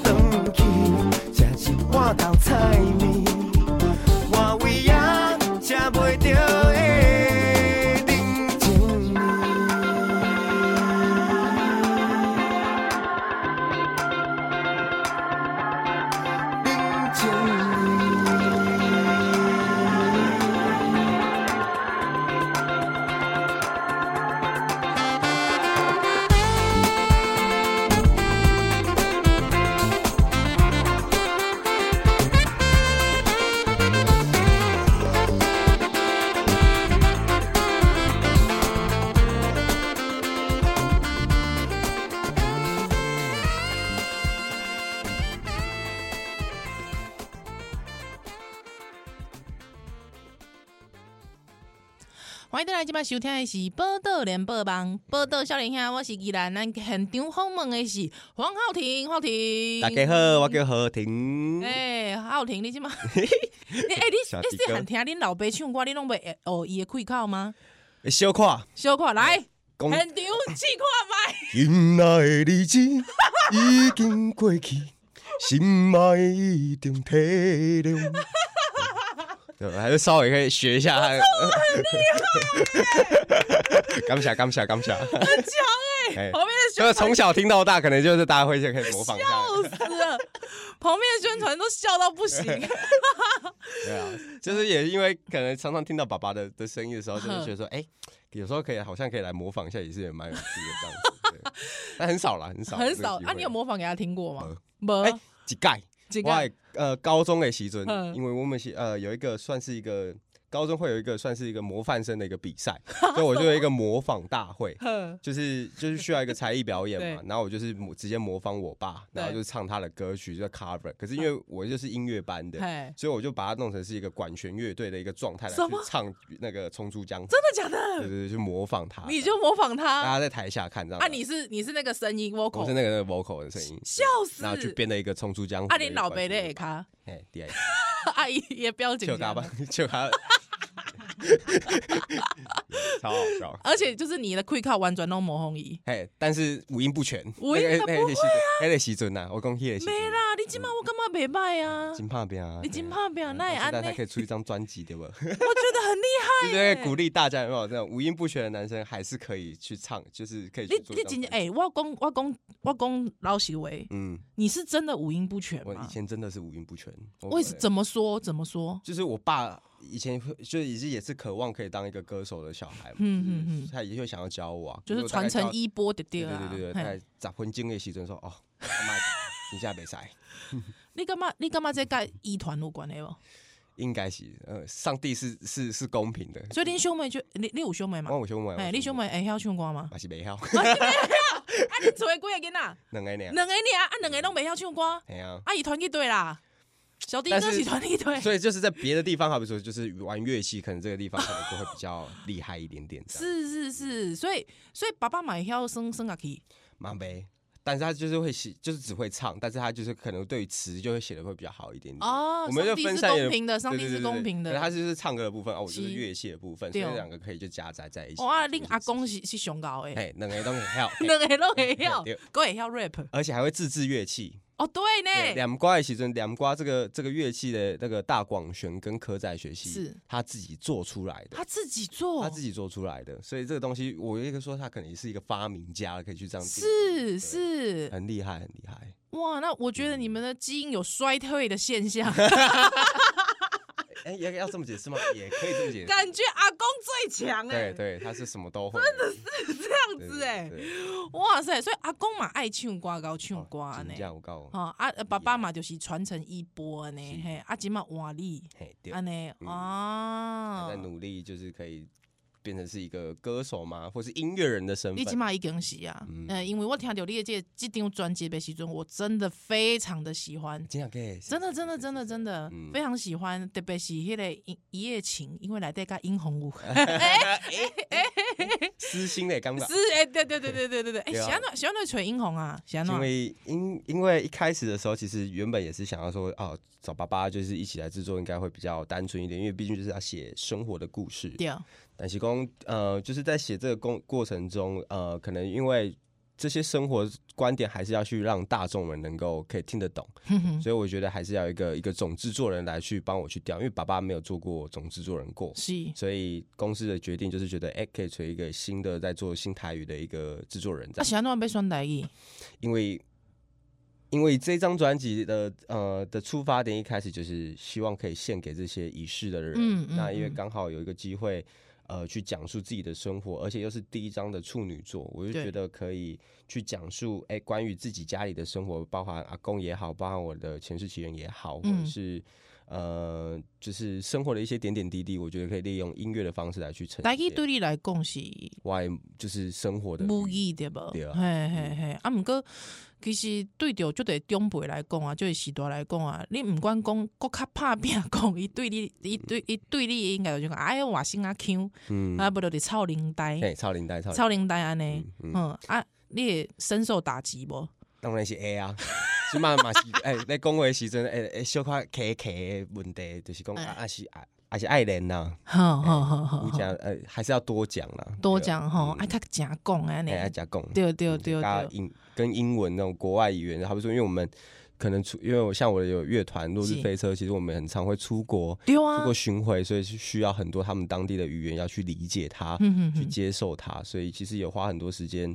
Speaker 4: 返去，食一碗豆菜面，换位啊，食袂着的人情味。人情味，
Speaker 2: 欢迎回来今晚收听的是《报道联播网》，报道少年兄，我是依兰，咱现场访问的是黄浩庭，浩庭，
Speaker 3: 大家好，我叫何婷。
Speaker 2: 哎、浩庭，你即 嘛？你哎、你
Speaker 3: 嗯小
Speaker 2: 你细
Speaker 3: 弟哥
Speaker 2: 汉听恁老爸唱歌，你拢袂会学伊的开口吗？
Speaker 3: 小看
Speaker 2: 小可来，现场
Speaker 3: 哎讲
Speaker 2: 试看麦。
Speaker 3: 今仔的日子已经过去，心爱已经体谅。对，还是稍微可以学一下。很厉害！ 感谢感谢感谢！
Speaker 2: 强哎、
Speaker 3: 哎
Speaker 2: 旁边的
Speaker 3: 就是
Speaker 2: 宣传
Speaker 3: 从小听到大，可能就是大家会就可以模仿一下。
Speaker 2: 笑死了，旁边的宣传都笑到不 行。
Speaker 3: 对啊，就是也因为可能常常听到爸爸的的声音的时候，就会觉得说，
Speaker 2: 嗯
Speaker 3: 哎、有时候可以好像可以来模仿一下，也是也蛮有趣的这样 子。对但很少啦，很少，
Speaker 2: 很少啊，你有？模仿给他听过吗？没，
Speaker 3: 哎、几盖。
Speaker 2: 这
Speaker 3: 我
Speaker 2: 个
Speaker 3: 的呃高中的时阵
Speaker 2: 嗯，
Speaker 3: 因为我们是呃有一个算是一个高中会有一个算是一个模范生的一个比 赛，所以我就有一个模仿大会。
Speaker 2: 哼
Speaker 3: 就是就是需要一个才艺表演嘛
Speaker 2: 对，
Speaker 3: 然后我就是模直接模仿我爸，
Speaker 2: 对
Speaker 3: 然后就唱他的歌曲，就 cover。可是因为我就是音乐班的，
Speaker 2: 嘿，
Speaker 3: 所以我就把它弄成是一个管弦乐队的一个状态来去
Speaker 2: 什么
Speaker 3: 唱那个《冲出江湖》，
Speaker 2: 真的假
Speaker 3: 对
Speaker 2: 的？
Speaker 3: 对对，去模仿他。
Speaker 2: 你就模仿他
Speaker 3: 大家在台下看这样
Speaker 2: 啊？你是你是那个声音
Speaker 3: 我是
Speaker 2: vocal，
Speaker 3: 那个那个 vocal 的声音，
Speaker 2: 笑死！
Speaker 3: 然后就变了一个《冲出江湖》
Speaker 2: 啊，
Speaker 3: 的一
Speaker 2: 你
Speaker 3: 个
Speaker 2: 老
Speaker 3: 管
Speaker 2: 爸
Speaker 3: 弦乐
Speaker 2: 的
Speaker 3: 队
Speaker 2: 卡，
Speaker 3: 哎， 对。
Speaker 2: 阿姨啊也不要紧
Speaker 3: 就他
Speaker 2: 张
Speaker 3: 吧。， 就他， 超好笑。
Speaker 2: 而且就是你的 quick 靠完全弄模红仪，
Speaker 3: 哎，但是五音不全，
Speaker 2: 五音
Speaker 3: 那
Speaker 2: 他
Speaker 3: 个
Speaker 2: 不啊
Speaker 3: 那个时阵，那个时阵呐，啊我讲迄个时
Speaker 2: 没
Speaker 3: 阵，
Speaker 2: 啦，你今晚我干嘛没卖啊？
Speaker 3: 金怕变啊，
Speaker 2: 你今晚表那也
Speaker 3: 现
Speaker 2: 安
Speaker 3: 在
Speaker 2: 呢，
Speaker 3: 他
Speaker 2: 我
Speaker 3: 可以出一张专辑，对不？就
Speaker 2: 觉得很厉害。
Speaker 3: 是在鼓励大家有没有这种五音不全的男生还是可以去唱，就是可以
Speaker 2: 你
Speaker 3: 去做一
Speaker 2: 你
Speaker 3: 张
Speaker 2: 今天
Speaker 3: 专辑。
Speaker 2: 哎，我讲我讲我讲老实话，
Speaker 3: 嗯，
Speaker 2: 你是真的五音不全
Speaker 3: 我以
Speaker 2: 吗？
Speaker 3: 前真的是五音不全，
Speaker 2: 为什怎么说怎么说？
Speaker 3: 就是我爸以前会，就是也是也是渴望可以当一个歌手的小孩嘛，
Speaker 2: 嗯
Speaker 3: 嗯
Speaker 2: 嗯
Speaker 3: 嗯，
Speaker 2: 嗯
Speaker 3: 他也会想要教我啊，
Speaker 2: 就是传承
Speaker 3: 一。
Speaker 2: 衣钵的对
Speaker 3: 对
Speaker 2: 啊。
Speaker 3: 对对对，
Speaker 2: 嘿
Speaker 3: 他十分钟的时阵说哦，我妈真正袂使，
Speaker 2: 你干嘛？你干嘛这跟医团有关 系不？
Speaker 3: 应该是呃，上帝是是是公平 的。
Speaker 2: 所以恁兄妹就你你有兄妹嘛
Speaker 3: 我？有兄妹，
Speaker 2: 哎，你兄妹会晓唱歌 吗？
Speaker 3: 嘛是袂晓，
Speaker 2: 啊，你厝的几个囡 仔？
Speaker 3: 两个俩，
Speaker 2: 两个尔啊，两个拢袂晓 唱歌。
Speaker 3: 哎呀，
Speaker 2: 啊，伊团一队啦，小弟哥
Speaker 3: 但是
Speaker 2: 是团一队，
Speaker 3: 所以就是在别的地方，好比说就是玩乐器，可能这个地方可能就会比较厉害一点点。这 样
Speaker 2: 是是是，所以所以爸爸嘛会晓生生乐器，
Speaker 3: 嘛呗，但是他就是会写，就是只会唱，但是他就是可能对于词就会写的会比较好一点点。
Speaker 2: 哦
Speaker 3: 我们就
Speaker 2: 上帝
Speaker 3: 分
Speaker 2: 是
Speaker 3: 散
Speaker 2: 公
Speaker 3: 有
Speaker 2: 平的上
Speaker 3: 对
Speaker 2: 帝
Speaker 3: 对
Speaker 2: 是
Speaker 3: 对
Speaker 2: 公
Speaker 3: 对
Speaker 2: 平的
Speaker 3: 可能他就是唱歌的部分哦，我就是
Speaker 2: 是
Speaker 3: 乐器的部分，所以
Speaker 2: 对哦
Speaker 3: 两个可以就夹杂在一起。
Speaker 2: 哦啊，恁
Speaker 3: 就是
Speaker 2: 阿公是是上高诶，
Speaker 3: 哎，两个都很晓，嘿
Speaker 2: 两个拢会晓
Speaker 3: 对对，
Speaker 2: 哥会晓 rap，
Speaker 3: 而且还会自制乐器。
Speaker 2: 哦对
Speaker 3: 对
Speaker 2: 呢，
Speaker 3: 两瓜的其中，两瓜这个这个乐器的那个大广弦跟科在学习，
Speaker 2: 是
Speaker 3: 他自己做出来的
Speaker 2: 他。自己做，
Speaker 3: 他自己做出来的，所以这个东西，我有一个说他可能也是一个发明家，可以去这样定
Speaker 2: 是
Speaker 3: 义，
Speaker 2: 是
Speaker 3: 很厉害，很厉害。
Speaker 2: 哇，那我觉得你们的基因有衰退的现 象，
Speaker 3: 哎、要要这么解 释吗？也可以这么解释。
Speaker 2: 感觉阿公最强哎、
Speaker 3: 对对，他是什么都会，真的是
Speaker 2: 这
Speaker 3: 这
Speaker 2: 样子哎、
Speaker 3: 欸，
Speaker 2: 哇塞！所以阿公嘛爱唱歌，搞唱歌呢
Speaker 3: 哦真。正有够，
Speaker 2: 哦，啊，呃爸爸嘛就是传承衣钵呢，
Speaker 3: 是
Speaker 2: 嘿，啊，即嘛换你，
Speaker 3: 嘿对，
Speaker 2: 安尼
Speaker 3: 嗯
Speaker 2: 啊
Speaker 3: 还，在努力，就是可以变成是一个歌手嘛，或是音乐人的身
Speaker 2: 你即
Speaker 3: 份。
Speaker 2: 嘛已经是啊
Speaker 3: 嗯，
Speaker 2: 呃，因为我听到你的这这张专辑的时阵，我真的非常的喜欢，
Speaker 3: 这样可以，
Speaker 2: 真的真的真的真的
Speaker 3: 嗯
Speaker 2: 非常喜欢，特别是迄个一一夜情，因为内底甲殷红 舞，哎
Speaker 3: 私心的尴尬
Speaker 2: 是。哎，对对对对对对对，哎，
Speaker 3: 对啊
Speaker 2: 喜欢喜欢找殷红啊，喜欢
Speaker 3: 因为因因为一开始的时候，其实原本也是想要说，哦，找爸爸就是一起来制作，应该会比较单纯一点，因为毕竟就是要写生活的故事。
Speaker 2: 对，
Speaker 3: 但是公呃，就是在写这个过过程中，呃，可能因为这些生活观点还是要去让大众们能够可以听得懂，
Speaker 2: 哼哼
Speaker 3: 所以我觉得还是要有一个一个总制作人来去帮我去调，因为爸爸没有做过总制作人过，
Speaker 2: 是
Speaker 3: 所以公司的决定就是觉得，哎、可以锤一个新的在做新台语的一个制作人
Speaker 2: 啊，
Speaker 3: 这样，
Speaker 2: 喜欢怎么被选台语？
Speaker 3: 因为。因为这张专辑的呃的出发点一开始就是希望可以献给这些已逝的人，
Speaker 2: 嗯嗯
Speaker 3: 那因为
Speaker 2: 嗯
Speaker 3: 刚好有一个机会，呃，去讲述自己的生活，而且又是第一张的处女作，我就
Speaker 2: 对
Speaker 3: 觉得可以去讲述，哎、关于自己家里的生活，包含阿公也好，包含我的前世情人也好，或者
Speaker 2: 嗯
Speaker 3: 是、呃，就是生活的一些点点滴滴，我觉得可以利用音乐的方式来去呈
Speaker 2: 台语
Speaker 3: 现。
Speaker 2: 对你来讲是
Speaker 3: 外就是生活的
Speaker 2: 母语对无？
Speaker 3: 对啊
Speaker 2: 嘿嘿嘿，啊，毋过其实对着即个长辈来讲啊，即个时代来讲啊，你毋管讲 国较拍拼讲，伊对你，伊对伊对你应该就讲，哎，外省啊腔，
Speaker 3: 嗯，
Speaker 2: 啊，不就伫臭领带，
Speaker 3: 哎、超龄带超
Speaker 2: 臭领带安尼，
Speaker 3: 嗯
Speaker 2: 嗯啊，你会深受打击无？
Speaker 3: 当然是 A 啊， 是嘛嘛是哎，咧讲话的时阵哎哎，小可客客的问题，就是
Speaker 2: 哎
Speaker 3: 讲啊啊是啊啊是爱人呐、
Speaker 2: 好好好好
Speaker 3: 你，讲呃还是要多讲啦，
Speaker 2: 哦多
Speaker 3: 对
Speaker 2: 讲吼，
Speaker 3: 嗯
Speaker 2: 爱较诚讲安尼
Speaker 3: 哎，，爱加讲，
Speaker 2: 对对对
Speaker 3: 加
Speaker 2: 对，
Speaker 3: 英跟英文那种国外语言，好比说，因为我们可能出，因为我像我有乐团落日
Speaker 2: 是
Speaker 3: 飞车，其实我们很常会出国，
Speaker 2: 对
Speaker 3: 出
Speaker 2: 啊
Speaker 3: 国，巡回，所以是需要很多他们当地的语言要去理解它，
Speaker 2: 嗯嗯
Speaker 3: 去
Speaker 2: 嗯，
Speaker 3: 接受它，所以其实也花很多时间，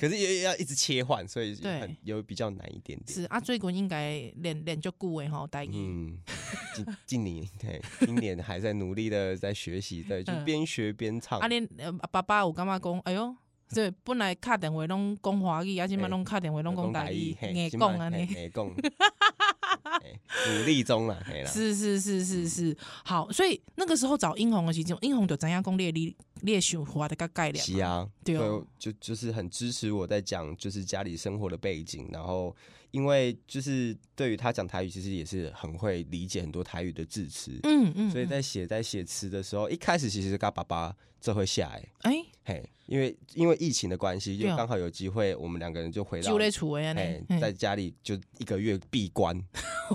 Speaker 3: 可是也也要一直切换，所以
Speaker 2: 对
Speaker 3: 很有比较难一点点。
Speaker 2: 是啊，最近应该练练足久诶吼，台语。
Speaker 3: 嗯， 今今年对，今年还在努力的在学习，对，就
Speaker 2: 嗯
Speaker 3: 边学边唱
Speaker 2: 啊，。恁呃爸爸有感觉讲，哎哟，
Speaker 3: 嗯
Speaker 2: 这本来敲电话拢讲华语，啊，即摆拢敲电话拢讲台语，硬
Speaker 3: 现在
Speaker 2: 讲啊安
Speaker 3: 嘿
Speaker 2: 尼。
Speaker 3: 硬讲， 嘿努力中啦，嘿啦，
Speaker 2: 是是是
Speaker 3: 嗯
Speaker 2: 是是，好，所以那个时候找英红的时阵，英红就知影讲你的理你的想法的个概念嘛。
Speaker 3: 是啊，
Speaker 2: 对
Speaker 3: 所以
Speaker 2: 哦
Speaker 3: 就就是很支持我在讲就是家里生活的背景，然后因为就是对于他讲台语，其实也是很会理解很多台语的字词，
Speaker 2: 嗯嗯，
Speaker 3: 所以
Speaker 2: 嗯
Speaker 3: 在写在写词的时候，一开始其实是跟爸爸这会下来，
Speaker 2: 哎，
Speaker 3: 嘿，因为因为疫情的关系，就
Speaker 2: 对哦
Speaker 3: 刚好有机会，我们两个人就回到
Speaker 2: 就咧厝诶安
Speaker 3: 哎
Speaker 2: 尼，。嘿
Speaker 3: 在家里就一个月闭 关，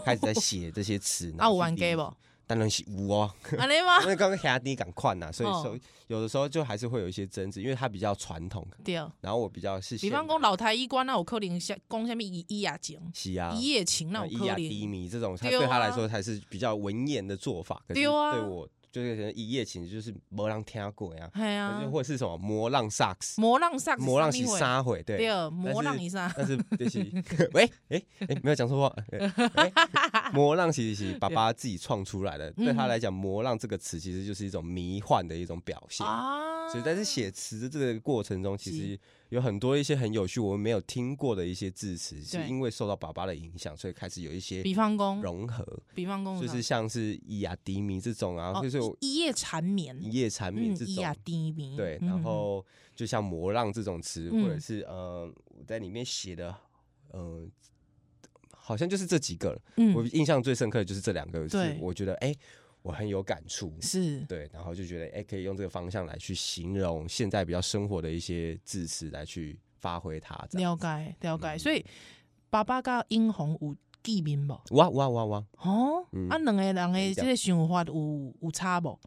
Speaker 3: 开始在写这些词。然
Speaker 2: 啊
Speaker 3: 后
Speaker 2: 有
Speaker 3: 去
Speaker 2: 玩
Speaker 3: 理
Speaker 2: gay 不？
Speaker 3: 当然是有哦，
Speaker 2: 安尼吗
Speaker 3: 因？为刚刚兄弟赶快呐，所以
Speaker 2: 哦
Speaker 3: 说有的时候就还是会有一些争执，因为他比较传统，
Speaker 2: 对，
Speaker 3: 然后我比较是
Speaker 2: 比
Speaker 3: 现
Speaker 2: 方
Speaker 3: 代
Speaker 2: 讲老台医官，那啊有可能写讲啥物一一夜情、
Speaker 3: 是啊，
Speaker 2: 一夜情，那
Speaker 3: 呃
Speaker 2: 有
Speaker 3: 伊
Speaker 2: 可
Speaker 3: 雅低
Speaker 2: 能。
Speaker 3: 迷这种，他
Speaker 2: 对
Speaker 3: 对他
Speaker 2: 啊
Speaker 3: 来说才是比较文言的做法。可是
Speaker 2: 对啊
Speaker 3: 对我就是可能一夜情就是没人听过呀，
Speaker 2: 系啊
Speaker 3: 就，或者是什么魔浪萨克斯，
Speaker 2: 魔浪上
Speaker 3: 魔浪是
Speaker 2: 啥？
Speaker 3: 杀毁，对，
Speaker 2: 对，魔浪一上。
Speaker 3: 但是就是喂哎哎，没有讲错话。哎哎魔浪其实是爸爸自己创出来的，
Speaker 2: 嗯
Speaker 3: 对他来讲，魔浪这个词其实就是一种迷幻的一种表现。
Speaker 2: 啊，
Speaker 3: 所以在这写词的这个过程中，其实有很多一些很有趣我们没有听过的一些字词，是
Speaker 2: 对
Speaker 3: 因为受到爸爸的影响，所以开始有一些
Speaker 2: 比方讲，
Speaker 3: 融合，
Speaker 2: 比方讲
Speaker 3: 就是像是伊雅迪迷这种啊，
Speaker 2: 哦
Speaker 3: 就是我
Speaker 2: 一夜缠绵，
Speaker 3: 一夜缠绵
Speaker 2: 嗯
Speaker 3: 这，
Speaker 2: 一
Speaker 3: 种。
Speaker 2: 夜低迷，
Speaker 3: 对，
Speaker 2: 嗯
Speaker 3: 然后就像魔浪这种词，
Speaker 2: 嗯
Speaker 3: 或者是呃，我在里面写的，呃，好像就是这几个了。
Speaker 2: 嗯
Speaker 3: 我印象最深刻的就是这两个，是
Speaker 2: 对
Speaker 3: 我觉得哎、我很有感触。
Speaker 2: 是
Speaker 3: 对，然后就觉得哎、可以用这个方向来去形容现在比较生活的一些字词来去发挥它。这样嗯
Speaker 2: 了解了解，所以爸爸甲英红有见面无？
Speaker 3: 哇哇哇哇，
Speaker 2: 哦，
Speaker 3: 嗯
Speaker 2: 啊，两个人的这个想法有有差无？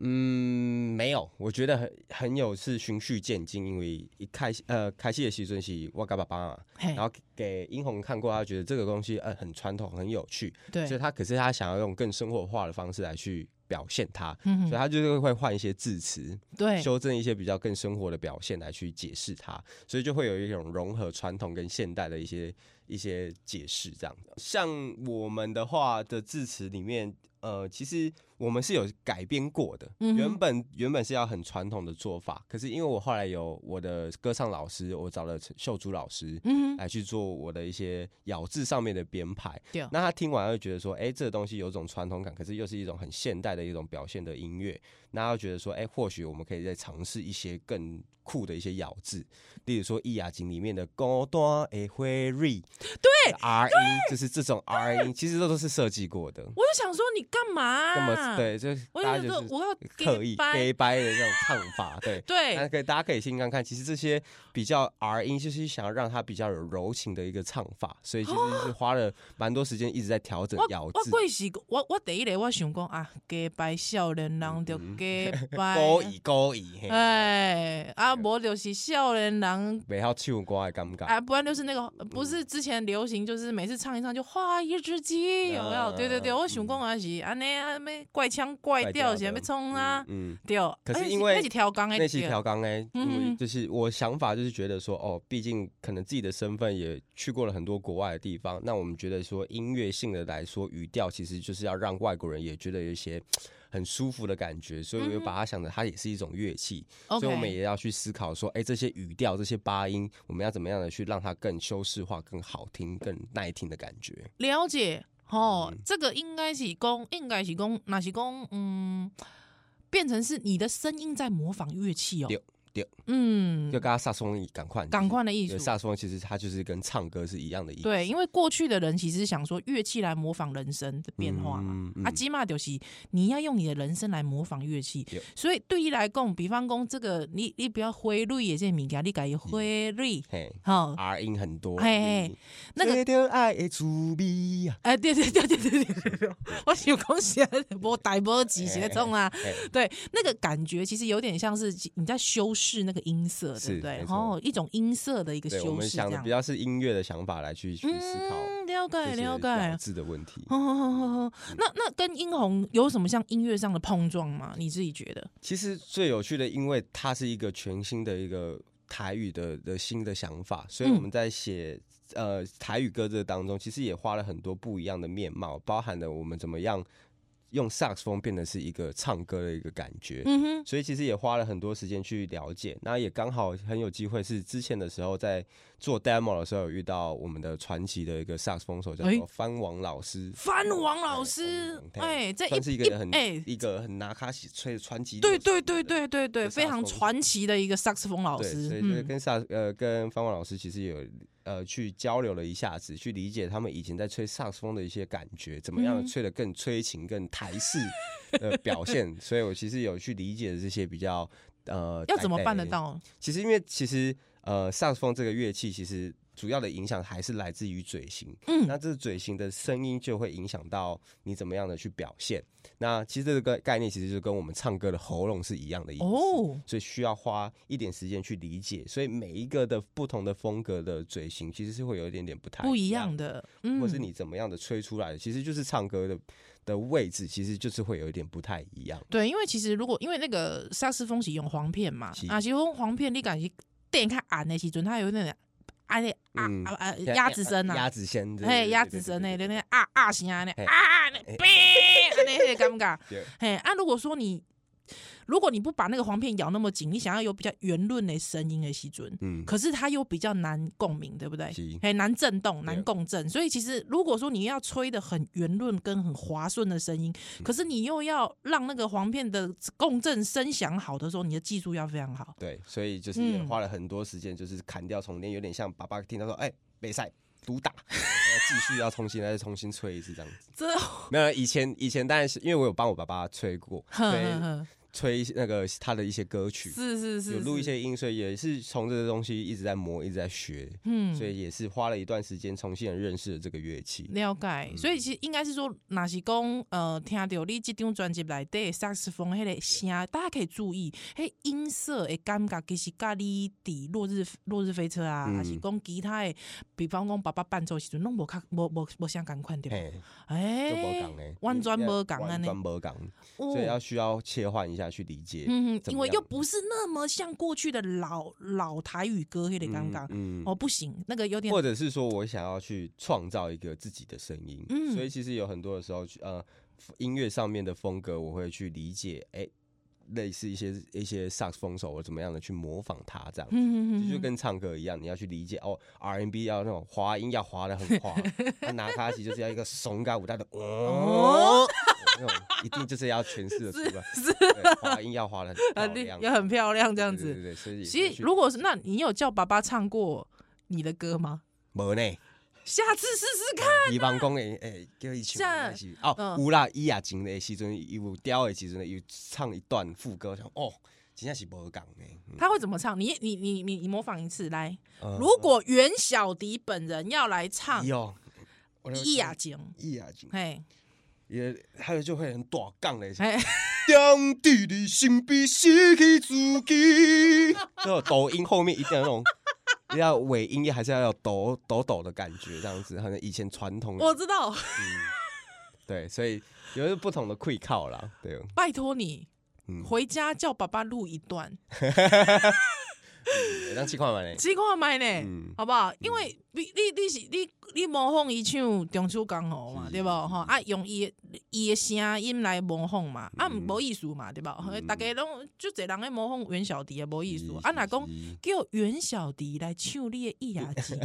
Speaker 3: 嗯，没有，我觉得很很有是循序渐进，因为一开始呃开始的时阵是我跟爸爸嘛，
Speaker 2: 嘿
Speaker 3: 然，后给英红看过，他觉得这个东西呃很传统，很有趣，所以
Speaker 2: 对，
Speaker 3: 他可是他想要用更生活化的方式来去表现它，
Speaker 2: 嗯
Speaker 3: 所以
Speaker 2: 哼，
Speaker 3: 他就是会换一些字词，
Speaker 2: 对，
Speaker 3: 修正一些比较更生活的表现来去解释它，所以就会有一种融合传统跟现代的一些一些解释这样。像我们的话的字词里面，呃，其实我们是有改编过的。
Speaker 2: 嗯哼
Speaker 3: 原本原本是要很传统的做法，可是因为我后来有我的歌唱老师，我找了陈秀珠老师
Speaker 2: 嗯哼，
Speaker 3: 来去做我的一些咬字上面的编排。
Speaker 2: 对，
Speaker 3: 那他听完会觉得说，哎、这个东西有种传统感，可是又是一种很现代的一种表现的音乐。那他会觉得说，哎、或许我们可以再尝试一些更酷的一些咬字，例如说《易雅经》里面的“高端诶灰瑞”，对，R 音就是这种 R 音，其实这都是设计过的。
Speaker 2: 我就想说你干嘛、
Speaker 3: 那么，对，就是
Speaker 2: 啊我
Speaker 3: 大
Speaker 2: 就
Speaker 3: 家
Speaker 2: 觉
Speaker 3: 就
Speaker 2: 得
Speaker 3: 是
Speaker 2: 我要
Speaker 3: 刻意
Speaker 2: gay
Speaker 3: gay 掰的这种唱法，对。
Speaker 2: 对，
Speaker 3: 那可以，大家可以先看看，其实这些比较 R 音，就是想要让它比较有柔情的一个唱法，所以其实是花了蛮多时间一直在调整
Speaker 2: 哦我
Speaker 3: 咬
Speaker 2: 我
Speaker 3: 字。
Speaker 2: 贵是，我我第一个我想讲啊，假白少年
Speaker 3: 嗯
Speaker 2: 人就假
Speaker 3: 勾
Speaker 2: 白，
Speaker 3: 引勾引，嘿
Speaker 2: 哎，啊，无就是少年人。
Speaker 3: 袂晓唱歌的感觉。
Speaker 2: 啊，不然就是那个，不
Speaker 3: 嗯
Speaker 2: 是之前流行，就是每次唱一唱就画一只鸡，有没有？对对对，
Speaker 3: 呃
Speaker 2: 我想
Speaker 3: 嗯
Speaker 2: 讲啊是，安尼啊，咩怪腔怪调，是要冲啊，
Speaker 3: 嗯，嗯
Speaker 2: 对。
Speaker 3: 可是
Speaker 2: 啊
Speaker 3: 因为
Speaker 2: 那是调岗诶，
Speaker 3: 那是调纲哎，
Speaker 2: 嗯
Speaker 3: 因为
Speaker 2: 嗯
Speaker 3: 就是我想法就是觉得说，哦，毕竟可能自己的身份也去过了很多国外的地方，那我们觉得说音乐性的来说，语调其实就是要让外国人也觉得有一些。很舒服的感觉，所以
Speaker 2: 嗯
Speaker 3: 我就把它想着它也是一种乐器，
Speaker 2: OK，
Speaker 3: 所以我们也要去思考说，哎、这些语调、这些八音，我们要怎么样的去让它更修饰化、更好听、更耐听的感觉。
Speaker 2: 了解，吼，
Speaker 3: 嗯
Speaker 2: 这个应该是讲，应该是讲，那是讲，嗯，变成是你的声音在模仿乐器哦。
Speaker 3: 对对
Speaker 2: 嗯
Speaker 3: 就，跟他萨松一赶快，
Speaker 2: 赶快的艺
Speaker 3: 对，
Speaker 2: 术。
Speaker 3: 萨松其实它就是跟唱歌是一样的意思。
Speaker 2: 对，因为过去的人其实是想说乐器来模仿人声的变化嘛。
Speaker 3: 嗯嗯
Speaker 2: 啊，起码就是你要用你的人声来模仿乐器
Speaker 3: 对，
Speaker 2: 所以对于来讲，比方讲这个，你你不要挥泪的这物件，你改
Speaker 3: 嗯
Speaker 2: 挥泪，
Speaker 3: 嘿
Speaker 2: 好，
Speaker 3: ，R 音很多。
Speaker 2: 嘿嘿
Speaker 3: 嗯
Speaker 2: 那个
Speaker 3: 这就爱的滋味啊，
Speaker 2: 哎，对对对对对对对，我想讲是无大无几
Speaker 3: 哎
Speaker 2: 些种啊，
Speaker 3: 嘿
Speaker 2: 对，那个感觉其实有点像是你在修饰那个音色，对
Speaker 3: 是
Speaker 2: 不对
Speaker 3: 没？错
Speaker 2: 哦，一种音色的一个
Speaker 3: 对，我
Speaker 2: 修
Speaker 3: 们
Speaker 2: 饰，
Speaker 3: 想
Speaker 2: 这
Speaker 3: 的
Speaker 2: 样
Speaker 3: 比。较是音乐的想法来去去思考
Speaker 2: 嗯，了
Speaker 3: 这嗯
Speaker 2: 解
Speaker 3: 些
Speaker 2: 了
Speaker 3: 咬
Speaker 2: 解。
Speaker 3: 字的问题。
Speaker 2: 哦，哦哦那那跟殷红有什么像音乐上的碰撞吗？你自己觉得？
Speaker 3: 其实最有趣的，因为它是一个全新的一个台语的的新的想法，所以
Speaker 2: 嗯
Speaker 3: 我们在写、呃台语歌这当中，其实也花了很多不一样的面貌，包含了我们怎么样用萨克斯风变得是一个唱歌的一个感觉。
Speaker 2: 嗯哼，
Speaker 3: 所以其实也花了很多时间去了解，那也刚好很有机会是之前的时候在做 demo 的时候有遇到我们的传奇的一个萨克斯风手叫
Speaker 2: 哎
Speaker 3: 做番王老师，
Speaker 2: 番王老师，
Speaker 3: 对
Speaker 2: 哎，这
Speaker 3: 算是
Speaker 2: 一
Speaker 3: 一个很
Speaker 2: 哎，
Speaker 3: 一个很拿卡西吹传奇，
Speaker 2: 对对对对对对，
Speaker 3: 萨克斯
Speaker 2: 非常
Speaker 3: 风
Speaker 2: 传奇的一个萨克斯风老
Speaker 3: 对，
Speaker 2: 师
Speaker 3: 所，以就是
Speaker 2: 嗯，
Speaker 3: 跟萨呃跟方王老师其实有呃去交流了一下子，去理解他们以前在吹萨克斯风的一些感觉，怎么
Speaker 2: 嗯
Speaker 3: 样吹得更催情、更台式的表现。 所以我其实有去理解这些比较呃
Speaker 2: 要怎么办得？
Speaker 3: 呆呆
Speaker 2: 到？
Speaker 3: 其实因为其实呃萨克斯风这个乐器其实。主要的影响还是来自于嘴型，
Speaker 2: 嗯
Speaker 3: 那这嘴型的声音就会影响到你怎么样的去表现。那其实这个概念其实就跟我们唱歌的喉咙是一样的意思。
Speaker 2: 哦，
Speaker 3: 所以需要花一点时间去理解。所以每一个的不同的风格的嘴型，其实是会有一点点不太
Speaker 2: 不一
Speaker 3: 样
Speaker 2: 样，的，嗯，
Speaker 3: 或是你怎么样的吹出来的，其实就是唱歌的的位置，其实就是会有一点不太一样。
Speaker 2: 对，因为其实如果因为那个萨克斯风是用簧片嘛
Speaker 3: 是，
Speaker 2: 啊，其实用簧片你感觉电看暗的时阵，它有点啊咧啊
Speaker 3: 嗯
Speaker 2: 啊啊鸭子声
Speaker 3: 鸭
Speaker 2: 啊，
Speaker 3: 子声，对
Speaker 2: 嘿鸭子声呢，有点啊啊声啊咧
Speaker 3: 嘿
Speaker 2: 啊咧，哔安尼迄个感觉
Speaker 3: 对，
Speaker 2: 嘿啊，如果说你如果你不把那个簧片咬那么紧，你想要有比较圆润的声音的时阵，
Speaker 3: 嗯，
Speaker 2: 可是它又比较难共鸣，对不对
Speaker 3: 是？
Speaker 2: 很难震动，难
Speaker 3: 对
Speaker 2: 共振。所以其实如果说你要吹的很圆润跟很滑顺的声音，
Speaker 3: 嗯
Speaker 2: 可是你又要让那个簧片的共振声响好的时候，你的技术要非常好。
Speaker 3: 对，所以就是也
Speaker 2: 嗯
Speaker 3: 花了很多时间，就是砍掉重练，有点像爸爸听到说，哎，备赛。毒打， 然后继续要重新再重新吹一次这样子。
Speaker 2: 这，
Speaker 3: 没有，以前以前当然是因为我有帮我爸爸吹过，
Speaker 2: 呵
Speaker 3: 吹
Speaker 2: 呵呵
Speaker 3: 吹那个他的一些歌曲，
Speaker 2: 是是是，
Speaker 3: 有录一
Speaker 2: 是，
Speaker 3: 些音，所以也是从这个东西一直在磨，一直在学，
Speaker 2: 嗯
Speaker 3: 所以也是花了一段时间重新地认识了这个乐器。
Speaker 2: 了解，
Speaker 3: 嗯
Speaker 2: 所以其实应该是说，哪是讲呃，听到你这张专辑内底的萨克斯风迄个声，大家可以注意，迄音色的感觉其实甲你伫落日落日飞车啊，
Speaker 3: 嗯
Speaker 2: 还是讲其他的，比方讲爸爸伴奏的时阵，拢无较无无无相共款对吧，
Speaker 3: 嗯嘿，就无
Speaker 2: 哎
Speaker 3: 讲嘞，
Speaker 2: 完全无共安
Speaker 3: 完
Speaker 2: 尼
Speaker 3: 嗯全，无讲，所以
Speaker 2: 哦
Speaker 3: 要需要切换一下，家去理解。
Speaker 2: 嗯，
Speaker 3: 怎
Speaker 2: 因
Speaker 3: 么
Speaker 2: 为
Speaker 3: 样
Speaker 2: 又不是那么像过去的老老台语歌黑的刚刚，
Speaker 3: 嗯
Speaker 2: 哦，不行，那个有点
Speaker 3: 或者是说我想要去创造一个自己的声音，
Speaker 2: 嗯
Speaker 3: 所以其实有很多的时候，呃，音乐上面的风格我会去理解，哎、类似一些一些萨克斯风手我怎么样的去模仿他这样。
Speaker 2: 嗯
Speaker 3: 就就跟唱歌一样，你要去理解哦，R&B 要那种滑音要滑的 很滑，他拿卡西就是要一个怂嘎舞蹈的哦，那种一定就是要诠释的出来，
Speaker 2: 是
Speaker 3: 对滑音要滑的很
Speaker 2: 很
Speaker 3: 漂亮，
Speaker 2: 也很漂亮这样
Speaker 3: 对
Speaker 2: 子。
Speaker 3: 对对对，所以
Speaker 2: 其实如果是那你有叫爸爸唱过你的歌吗？
Speaker 3: 没呢，
Speaker 2: 下次试试看。
Speaker 3: 伊帮讲诶诶，叫伊唱的那是哦，
Speaker 2: 嗯
Speaker 3: 有啦，伊也真的时阵，伊有雕的时阵，伊有唱一段副歌，想哦，真正是无共的。嗯
Speaker 2: 他会怎么唱？你你你你你模仿一次来。
Speaker 3: 呃
Speaker 2: 如果袁小迪本人要来唱《
Speaker 3: 有，我就
Speaker 2: 伊雅经
Speaker 3: 伊也真》，，
Speaker 2: 嘿，
Speaker 3: 也还有就会很大杠的，
Speaker 2: 哎，
Speaker 3: 当伫你身边失去自己。 这种抖音后面一定要那种， 要尾音还是要有抖抖抖的感觉，这样子，好像以前传统的
Speaker 2: 我知道，
Speaker 3: 对，所以有不同的 quick call 啦，对。
Speaker 2: 拜托你
Speaker 3: 嗯
Speaker 2: 回家叫爸爸录一段，
Speaker 3: 当情况嘛嘞，
Speaker 2: 试看麦呢
Speaker 3: 嗯，
Speaker 2: 好不好？因为你你你是你你模仿伊唱中秋刚好嘛，
Speaker 3: 是
Speaker 2: 对不？吼啊，用伊的伊的声音来模仿嘛，
Speaker 3: 嗯
Speaker 2: 啊，无意思嘛，对吧？大家拢就这人咧模仿袁小迪的无意思，啊，若讲叫袁小迪来唱你的易 雅集，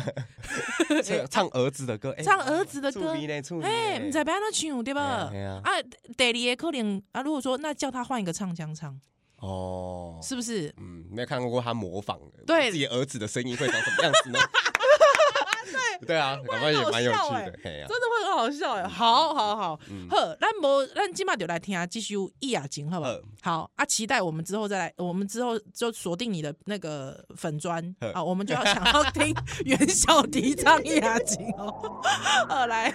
Speaker 3: 唱唱儿子的歌，哎
Speaker 2: 唱儿子的歌
Speaker 3: 触鼻呢，触鼻呢
Speaker 2: 哎，毋知要安怎唱对吧？
Speaker 3: 嘿啊
Speaker 2: 啊，第二个可能啊，如果说那叫他换一个唱腔唱，
Speaker 3: 哦，
Speaker 2: 是不是？
Speaker 3: 嗯，没有看过他模仿的，
Speaker 2: 对
Speaker 3: 自己儿子的声音会长什么样子 呢？对对啊，感觉也蛮有
Speaker 2: 我
Speaker 3: 趣
Speaker 2: 很好笑欸
Speaker 3: 的，嘿呀啊
Speaker 2: 真，
Speaker 3: 嗯
Speaker 2: 的会很好笑哎！好好好，呵，咱无咱今嘛就来听啊继续易雅琴，好不好
Speaker 3: 好？
Speaker 2: 好啊，期待我们之后再来，我们之后就锁定你的那个粉砖
Speaker 3: 呵
Speaker 2: 啊，我们就要想要 听袁小迪唱易雅琴哦。好来，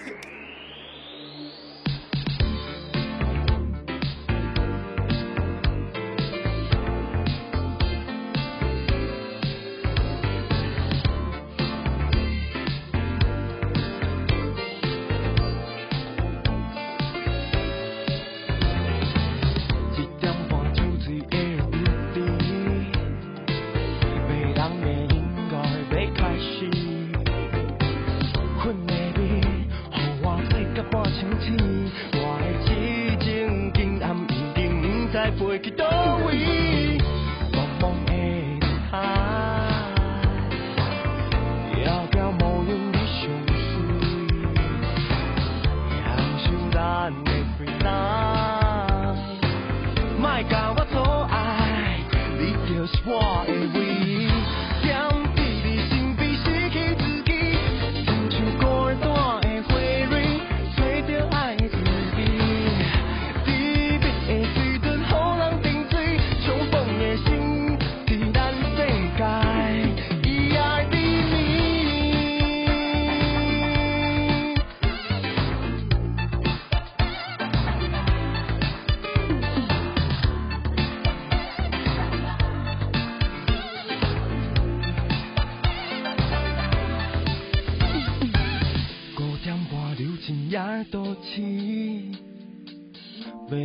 Speaker 4: 一点半酒醉的日子，迷人的音乐要开始，粉的味，予我醉到半清醒，我的痴情今暗一定不知飞去倒位，茫茫的海，窈窕模样你上水。享受咱的 free time，莫甲我阻碍，你就是我的唯一。点滴你身边失去自己，亲像孤单的花蕊，找着爱的滋味。甜蜜的水准，予人沉醉，相逢的心，是咱世界，伊爱你。五点半流进夜都市，迷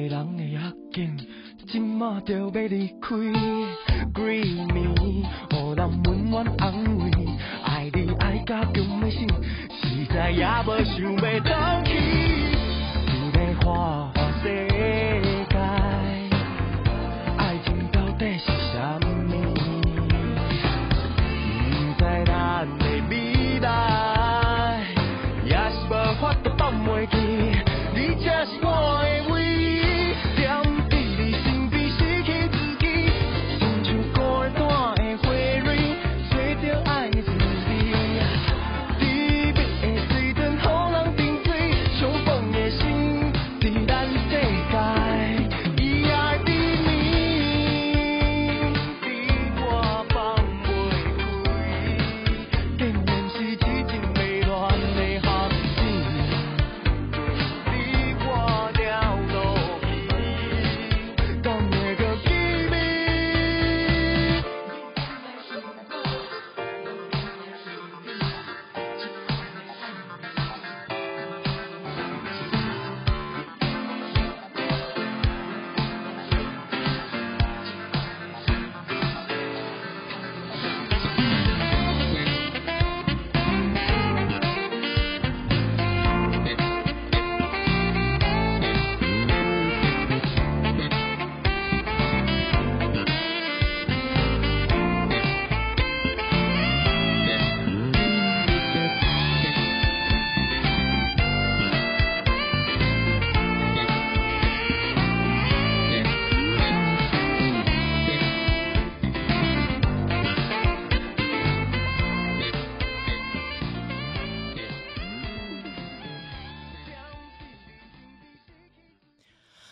Speaker 4: 人的夜景，即马就要离开。闺蜜，予人温暖安慰，爱你爱到强要死，实在也无想要倒去。一个花花世界，爱情到底是啥物？不知咱的未来，也是无法度放袂记。你才是我的唯一，点滴你身边失去自己，亲像孤单的花蕊，找着爱的滋味。甜蜜的水准，予人沉醉，相逢的心，是咱世界，伊爱甜蜜，你我放袂开，竟然是痴情迷恋的陷阱，你我抓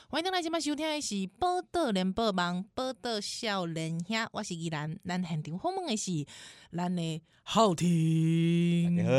Speaker 2: 欢迎来即摆收听的是《报道联播网》，报道少年兄，我是依兰，咱现场访问的是咱的浩
Speaker 3: 你
Speaker 2: 婷
Speaker 3: 好，，啊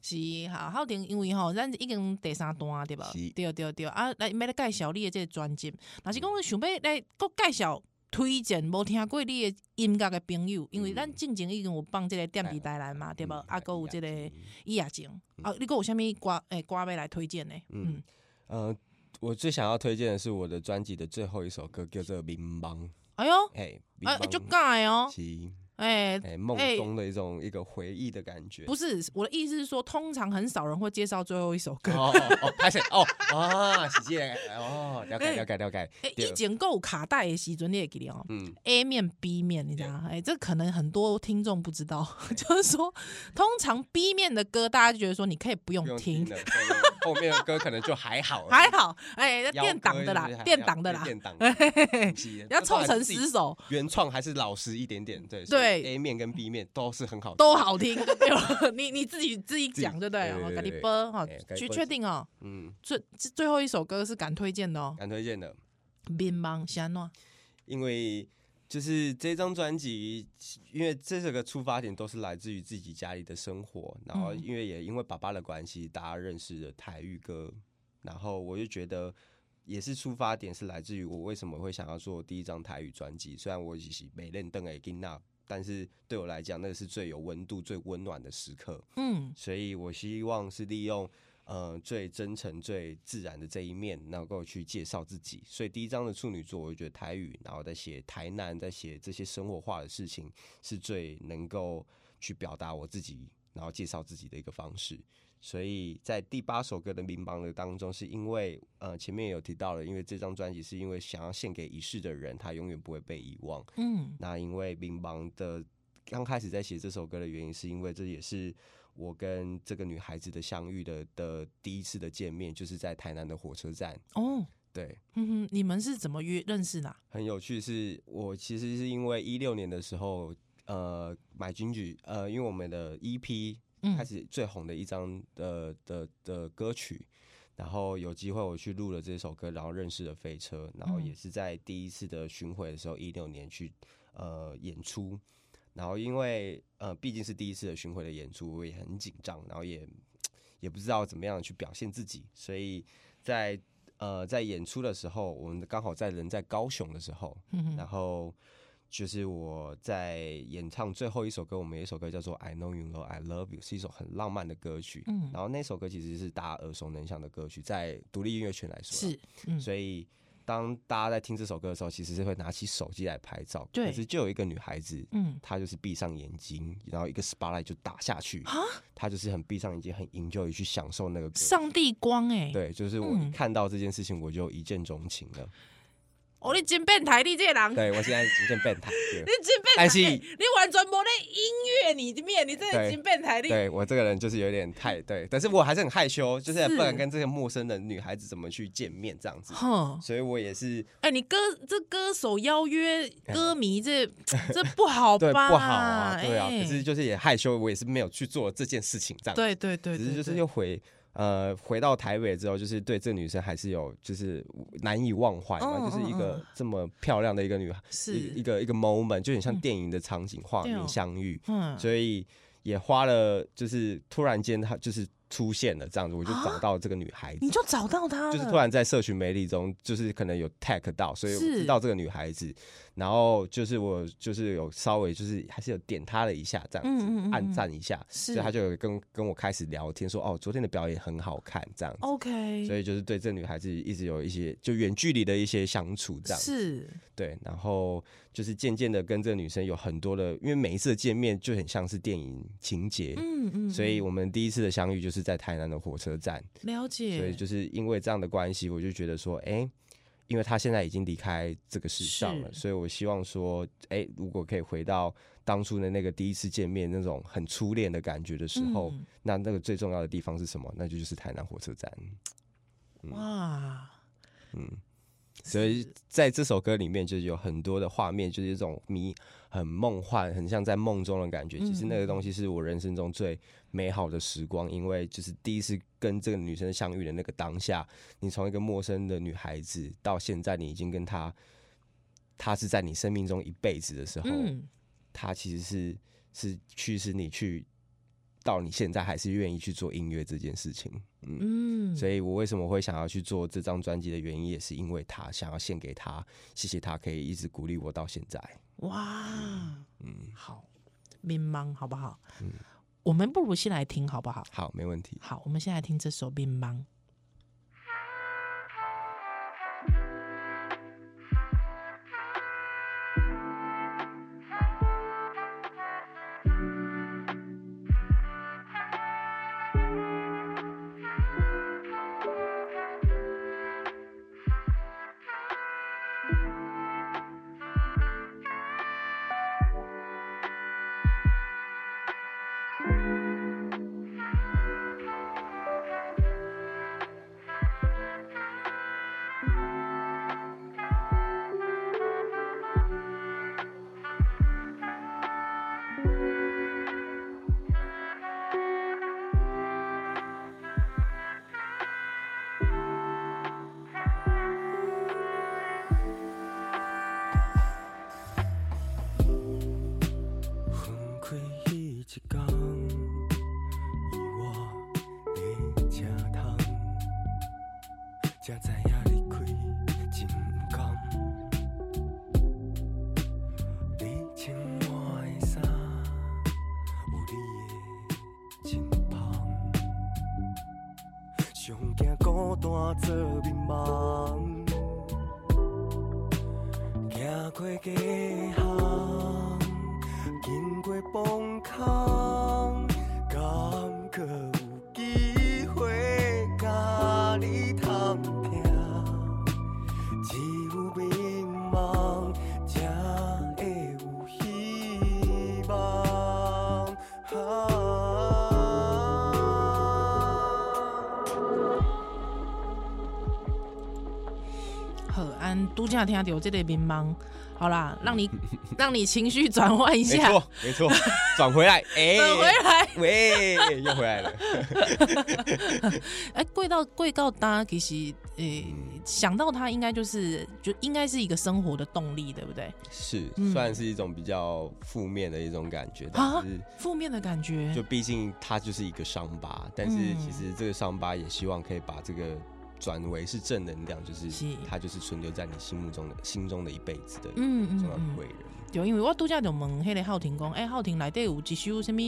Speaker 2: 是好浩婷，因为吼，咱已经第三段对吧
Speaker 3: 是？
Speaker 2: 对对对，啊，来要来介绍你的这个专辑，若是讲想要来搁介绍。推荐无听过你的音乐的朋友，因为咱进前已经有放这个电视台来嘛，对无？
Speaker 3: 嗯
Speaker 2: 啊，搁有这个
Speaker 3: 嗯
Speaker 2: 伊也情啊，你搁有啥物歌诶、歌要来推荐呢？
Speaker 3: 嗯
Speaker 2: 嗯，
Speaker 3: 呃，我最想要推荐的是我的专辑的最后一首歌，叫做《民邦》。
Speaker 2: 哎哟，
Speaker 3: 哎，民
Speaker 2: 哎，
Speaker 3: 邦
Speaker 2: 就尬哦，
Speaker 3: 是
Speaker 2: 哎、
Speaker 3: 哎梦
Speaker 2: 哎
Speaker 3: 中的一种一个回忆的感觉。
Speaker 2: 不是我的意思是说，通常很少人会介绍最后一首歌。
Speaker 3: 哦哦哦，拍谁？哦啊，是这样哦，了解了解了解。
Speaker 2: 哎、
Speaker 3: 对
Speaker 2: 以前购卡带的时阵你也记得哦
Speaker 3: 嗯，
Speaker 2: ，A 面 B 面，你知道吗？哎、这可能很多听众不知道， 就是说，通常 B 面的歌大家就觉得说你可以不
Speaker 3: 不
Speaker 2: 用
Speaker 3: 用
Speaker 2: 听
Speaker 3: 听，了，对对后面的歌可能就还好而已，
Speaker 2: 还好，哎、那
Speaker 3: 邀
Speaker 2: 电
Speaker 3: 歌
Speaker 2: 档的啦
Speaker 3: 就是还，
Speaker 2: 电档的啦，
Speaker 3: 电 档，是
Speaker 2: 要凑成。
Speaker 3: 不
Speaker 2: 十
Speaker 3: 管
Speaker 2: 首
Speaker 3: 原创还是老实一点点，对所
Speaker 2: 对
Speaker 3: 以，A 面跟 B 面都是很好，
Speaker 2: 都，好听，就对了。你你自己自己
Speaker 3: 己
Speaker 2: 讲就对了，哦
Speaker 3: 对对
Speaker 2: 跟你
Speaker 3: 对对
Speaker 2: 播哈
Speaker 3: 哎跟，你
Speaker 2: 去
Speaker 3: 播
Speaker 2: 确定哦。
Speaker 3: 嗯，
Speaker 2: 最最最后一首歌是敢推荐的哦，
Speaker 3: 敢推荐的。
Speaker 2: 《迷茫》是安怎？
Speaker 3: 因为就是这张专辑，因为这首歌出发点都是来自于自己家里的生活，然后
Speaker 2: 嗯
Speaker 3: 因为也因为爸爸的关系，大家认识了台语歌，然后我就觉得。也是出发点是来自于我为什么会想要做第一张台语专辑，虽然我只是没认邓给金娜，但是对我来讲，那个是最有温度、最温暖的时刻。
Speaker 2: 嗯
Speaker 3: 所以我希望是利用呃最真诚、最自然的这一面，能够去介绍自己。所以第一章的处女座，我就觉得台语，然后在写台南，在写这些生活化的事情，是最能够去表达我自己，然后介绍自己的一个方式。所以在第八首歌的民邦的当中，是因为呃前面有提到了，因为这张专辑是因为想要献给一世的人，他永远不会被遗忘。
Speaker 2: 嗯
Speaker 3: 那因为民邦的刚开始在写这首歌的原因，是因为这也是我跟这个女孩子的相遇的的第一次的见面，就是在台南的火车站。
Speaker 2: 哦。
Speaker 3: 对，
Speaker 2: 嗯哼，你们是怎么约认识的啊、
Speaker 3: 很有趣是，我其实是因为一六年的时候，呃，买金曲，呃，因为我们的 EP
Speaker 2: 嗯
Speaker 3: 开始最红的一张的的的歌曲。然后有机会我去录了这首歌，然后认识了飞车，然后
Speaker 2: 嗯
Speaker 3: 也是在第一次的巡回的时候，一六年去呃演出，然后因为呃毕竟是第一次的巡回的演出，我也很紧张，然后也嗯也不知道怎么样去表现自己，所以在呃在演出的时候，我们刚好在人在高雄的时候，
Speaker 2: 嗯
Speaker 3: 然
Speaker 2: 哼，
Speaker 3: 后就是我在演唱最后一首歌，我们有一首歌叫做《I Know You Know I Love You》，是一首很浪漫的歌曲。
Speaker 2: 嗯
Speaker 3: 然后那首歌其实是大家耳熟能详的歌曲，在独立音乐圈来说啦
Speaker 2: 是，嗯
Speaker 3: 所以当大家在听这首歌的时候，其实是会拿起手机来拍照。
Speaker 2: 对
Speaker 3: 可是就有一个女孩子，
Speaker 2: 嗯，
Speaker 3: 她就是闭上眼睛，然后一个 spotlight 就打下去
Speaker 2: 啊，
Speaker 3: 她就是很闭上眼睛，很 enjoy 去享受那个歌曲。
Speaker 2: 上帝光哎、欸，
Speaker 3: 对，就是我
Speaker 2: 嗯
Speaker 3: 一看到这件事情，我就一见钟情了。
Speaker 2: 哦，你真变态，你这个人，
Speaker 3: 对我现在逐渐变态， 对
Speaker 2: 你真变态，
Speaker 3: 但是
Speaker 2: 欸你完全无咧音乐里面，你真的
Speaker 3: 对
Speaker 2: 真变态，你
Speaker 3: 对我这个人就是有点太对，但是我还是很害羞，就是
Speaker 2: 是哦
Speaker 3: 不敢跟这些陌生的女孩子怎么去见面这样子，
Speaker 2: 哼，
Speaker 3: 所以我也是
Speaker 2: 哎、你歌这歌手邀约歌迷 这这不好吧？
Speaker 3: 对不好啊，对啊，
Speaker 2: 欸
Speaker 3: 可是就是也害羞，我也是没有去做这件事情这样子，
Speaker 2: 对对对，
Speaker 3: 只是就
Speaker 2: 对
Speaker 3: 是又回。呃，回到台北之后，就是对这女生还是有就是难以忘怀嘛，
Speaker 2: 嗯
Speaker 3: 就是一
Speaker 2: 嗯
Speaker 3: 个这么漂亮的一个女孩，
Speaker 2: 是嗯
Speaker 3: 一个一个一个 moment，就很像电影的场景画
Speaker 2: 对哦
Speaker 3: 面相遇，
Speaker 2: 嗯，
Speaker 3: 所以也花了，就是突然间她就是出现了这样子，我就
Speaker 2: 啊
Speaker 3: 找到这个女孩子
Speaker 2: 你，就找到他了，
Speaker 3: 就是突然在社群媒体中，就是可能有 tag 到，所以我
Speaker 2: 是
Speaker 3: 知道这个女孩子，然后就是我就是有稍微就是还是有点她了一下这样
Speaker 2: 嗯
Speaker 3: 子，
Speaker 2: 嗯嗯嗯
Speaker 3: 暗赞一下，
Speaker 2: 是
Speaker 3: 所以她就有跟跟我开始聊天说，哦，昨天的表演很好看这
Speaker 2: 哦
Speaker 3: 样子。
Speaker 2: OK，
Speaker 3: 所以就是对这女孩子一直有一些就远距离的一些相处这样子
Speaker 2: 是
Speaker 3: 对，然后就是渐渐的跟这个女生有很多的，因为每一次的见面就很像是电影情节，
Speaker 2: 嗯嗯，
Speaker 3: 所以我们第一次的相遇就是在台南的火车站，
Speaker 2: 了解，
Speaker 3: 所以就是因为这样的关系，我就觉得说，哎、因为她现在已经离开这个世上了，
Speaker 2: 是
Speaker 3: 所以我希望说，哎、如果可以回到当初的那个第一次见面那种很初恋的感觉的时候，
Speaker 2: 嗯
Speaker 3: 那那个最重要的地方是什么？那就就是台南火车站。
Speaker 2: 哇，
Speaker 3: 所以在这首歌里面，就是有很多的画面，就是一种迷很梦幻，很像在梦中的感觉。
Speaker 2: 嗯
Speaker 3: 其实那个东西是我人生中最美好的时光，因为就是第一次跟这个女生相遇的那个当下，你从一个陌生的女孩子到现在，你已经跟她，她是在你生命中一辈子的时候，
Speaker 2: 嗯，
Speaker 3: 她其实是是驱使你去到你现在还是愿意去做音乐这件事情。嗯
Speaker 2: 嗯，
Speaker 3: 所以我为什么会想要去做这张专辑的原因，也是因为他想要献给他，谢谢他可以一直鼓励我到现在。
Speaker 2: 哇，
Speaker 3: 嗯，
Speaker 2: 好，迷茫好不好？我们不如先来听好不好？
Speaker 3: 好，没问题。
Speaker 2: 好，我们先来听这首《迷茫》。
Speaker 1: 分开迄一天，伊我的车窗，才知影离开真不甘。你穿我的衫，有你的真香。上惊孤单做眠梦，行过街巷。经过崩空，敢搁有机会甲你探听？只有迷茫，才会有希望。啊
Speaker 2: 好，安度假听到这个迷茫，好 啦，让你让你情绪转换一
Speaker 3: 没
Speaker 2: 下，
Speaker 3: 错，没错，转回来，哎、
Speaker 2: 转 回来。
Speaker 3: 喂，又回来了。
Speaker 2: 哎、贵到贵到搭，其实诶、
Speaker 3: 嗯
Speaker 2: 想到它应该就是就应该是一个生活的动力，对不对？
Speaker 3: 是，
Speaker 2: 嗯
Speaker 3: 虽然是一种比较负面的一种感觉，
Speaker 2: 啊
Speaker 3: 但是。，
Speaker 2: 负面的感觉
Speaker 3: 就，毕竟它就是一个伤疤，但是
Speaker 2: 嗯
Speaker 3: 其实这个伤疤也希望可以把这个转为是正能量，就是
Speaker 2: 是
Speaker 3: 它就是存留在你心目中的心中的一辈子的
Speaker 2: 嗯嗯
Speaker 3: 重要的
Speaker 2: 嗯
Speaker 3: 贵人。
Speaker 2: 对，因为我度假就问迄个浩廷
Speaker 3: 嗯
Speaker 2: 讲，哎、浩廷内底有一首什么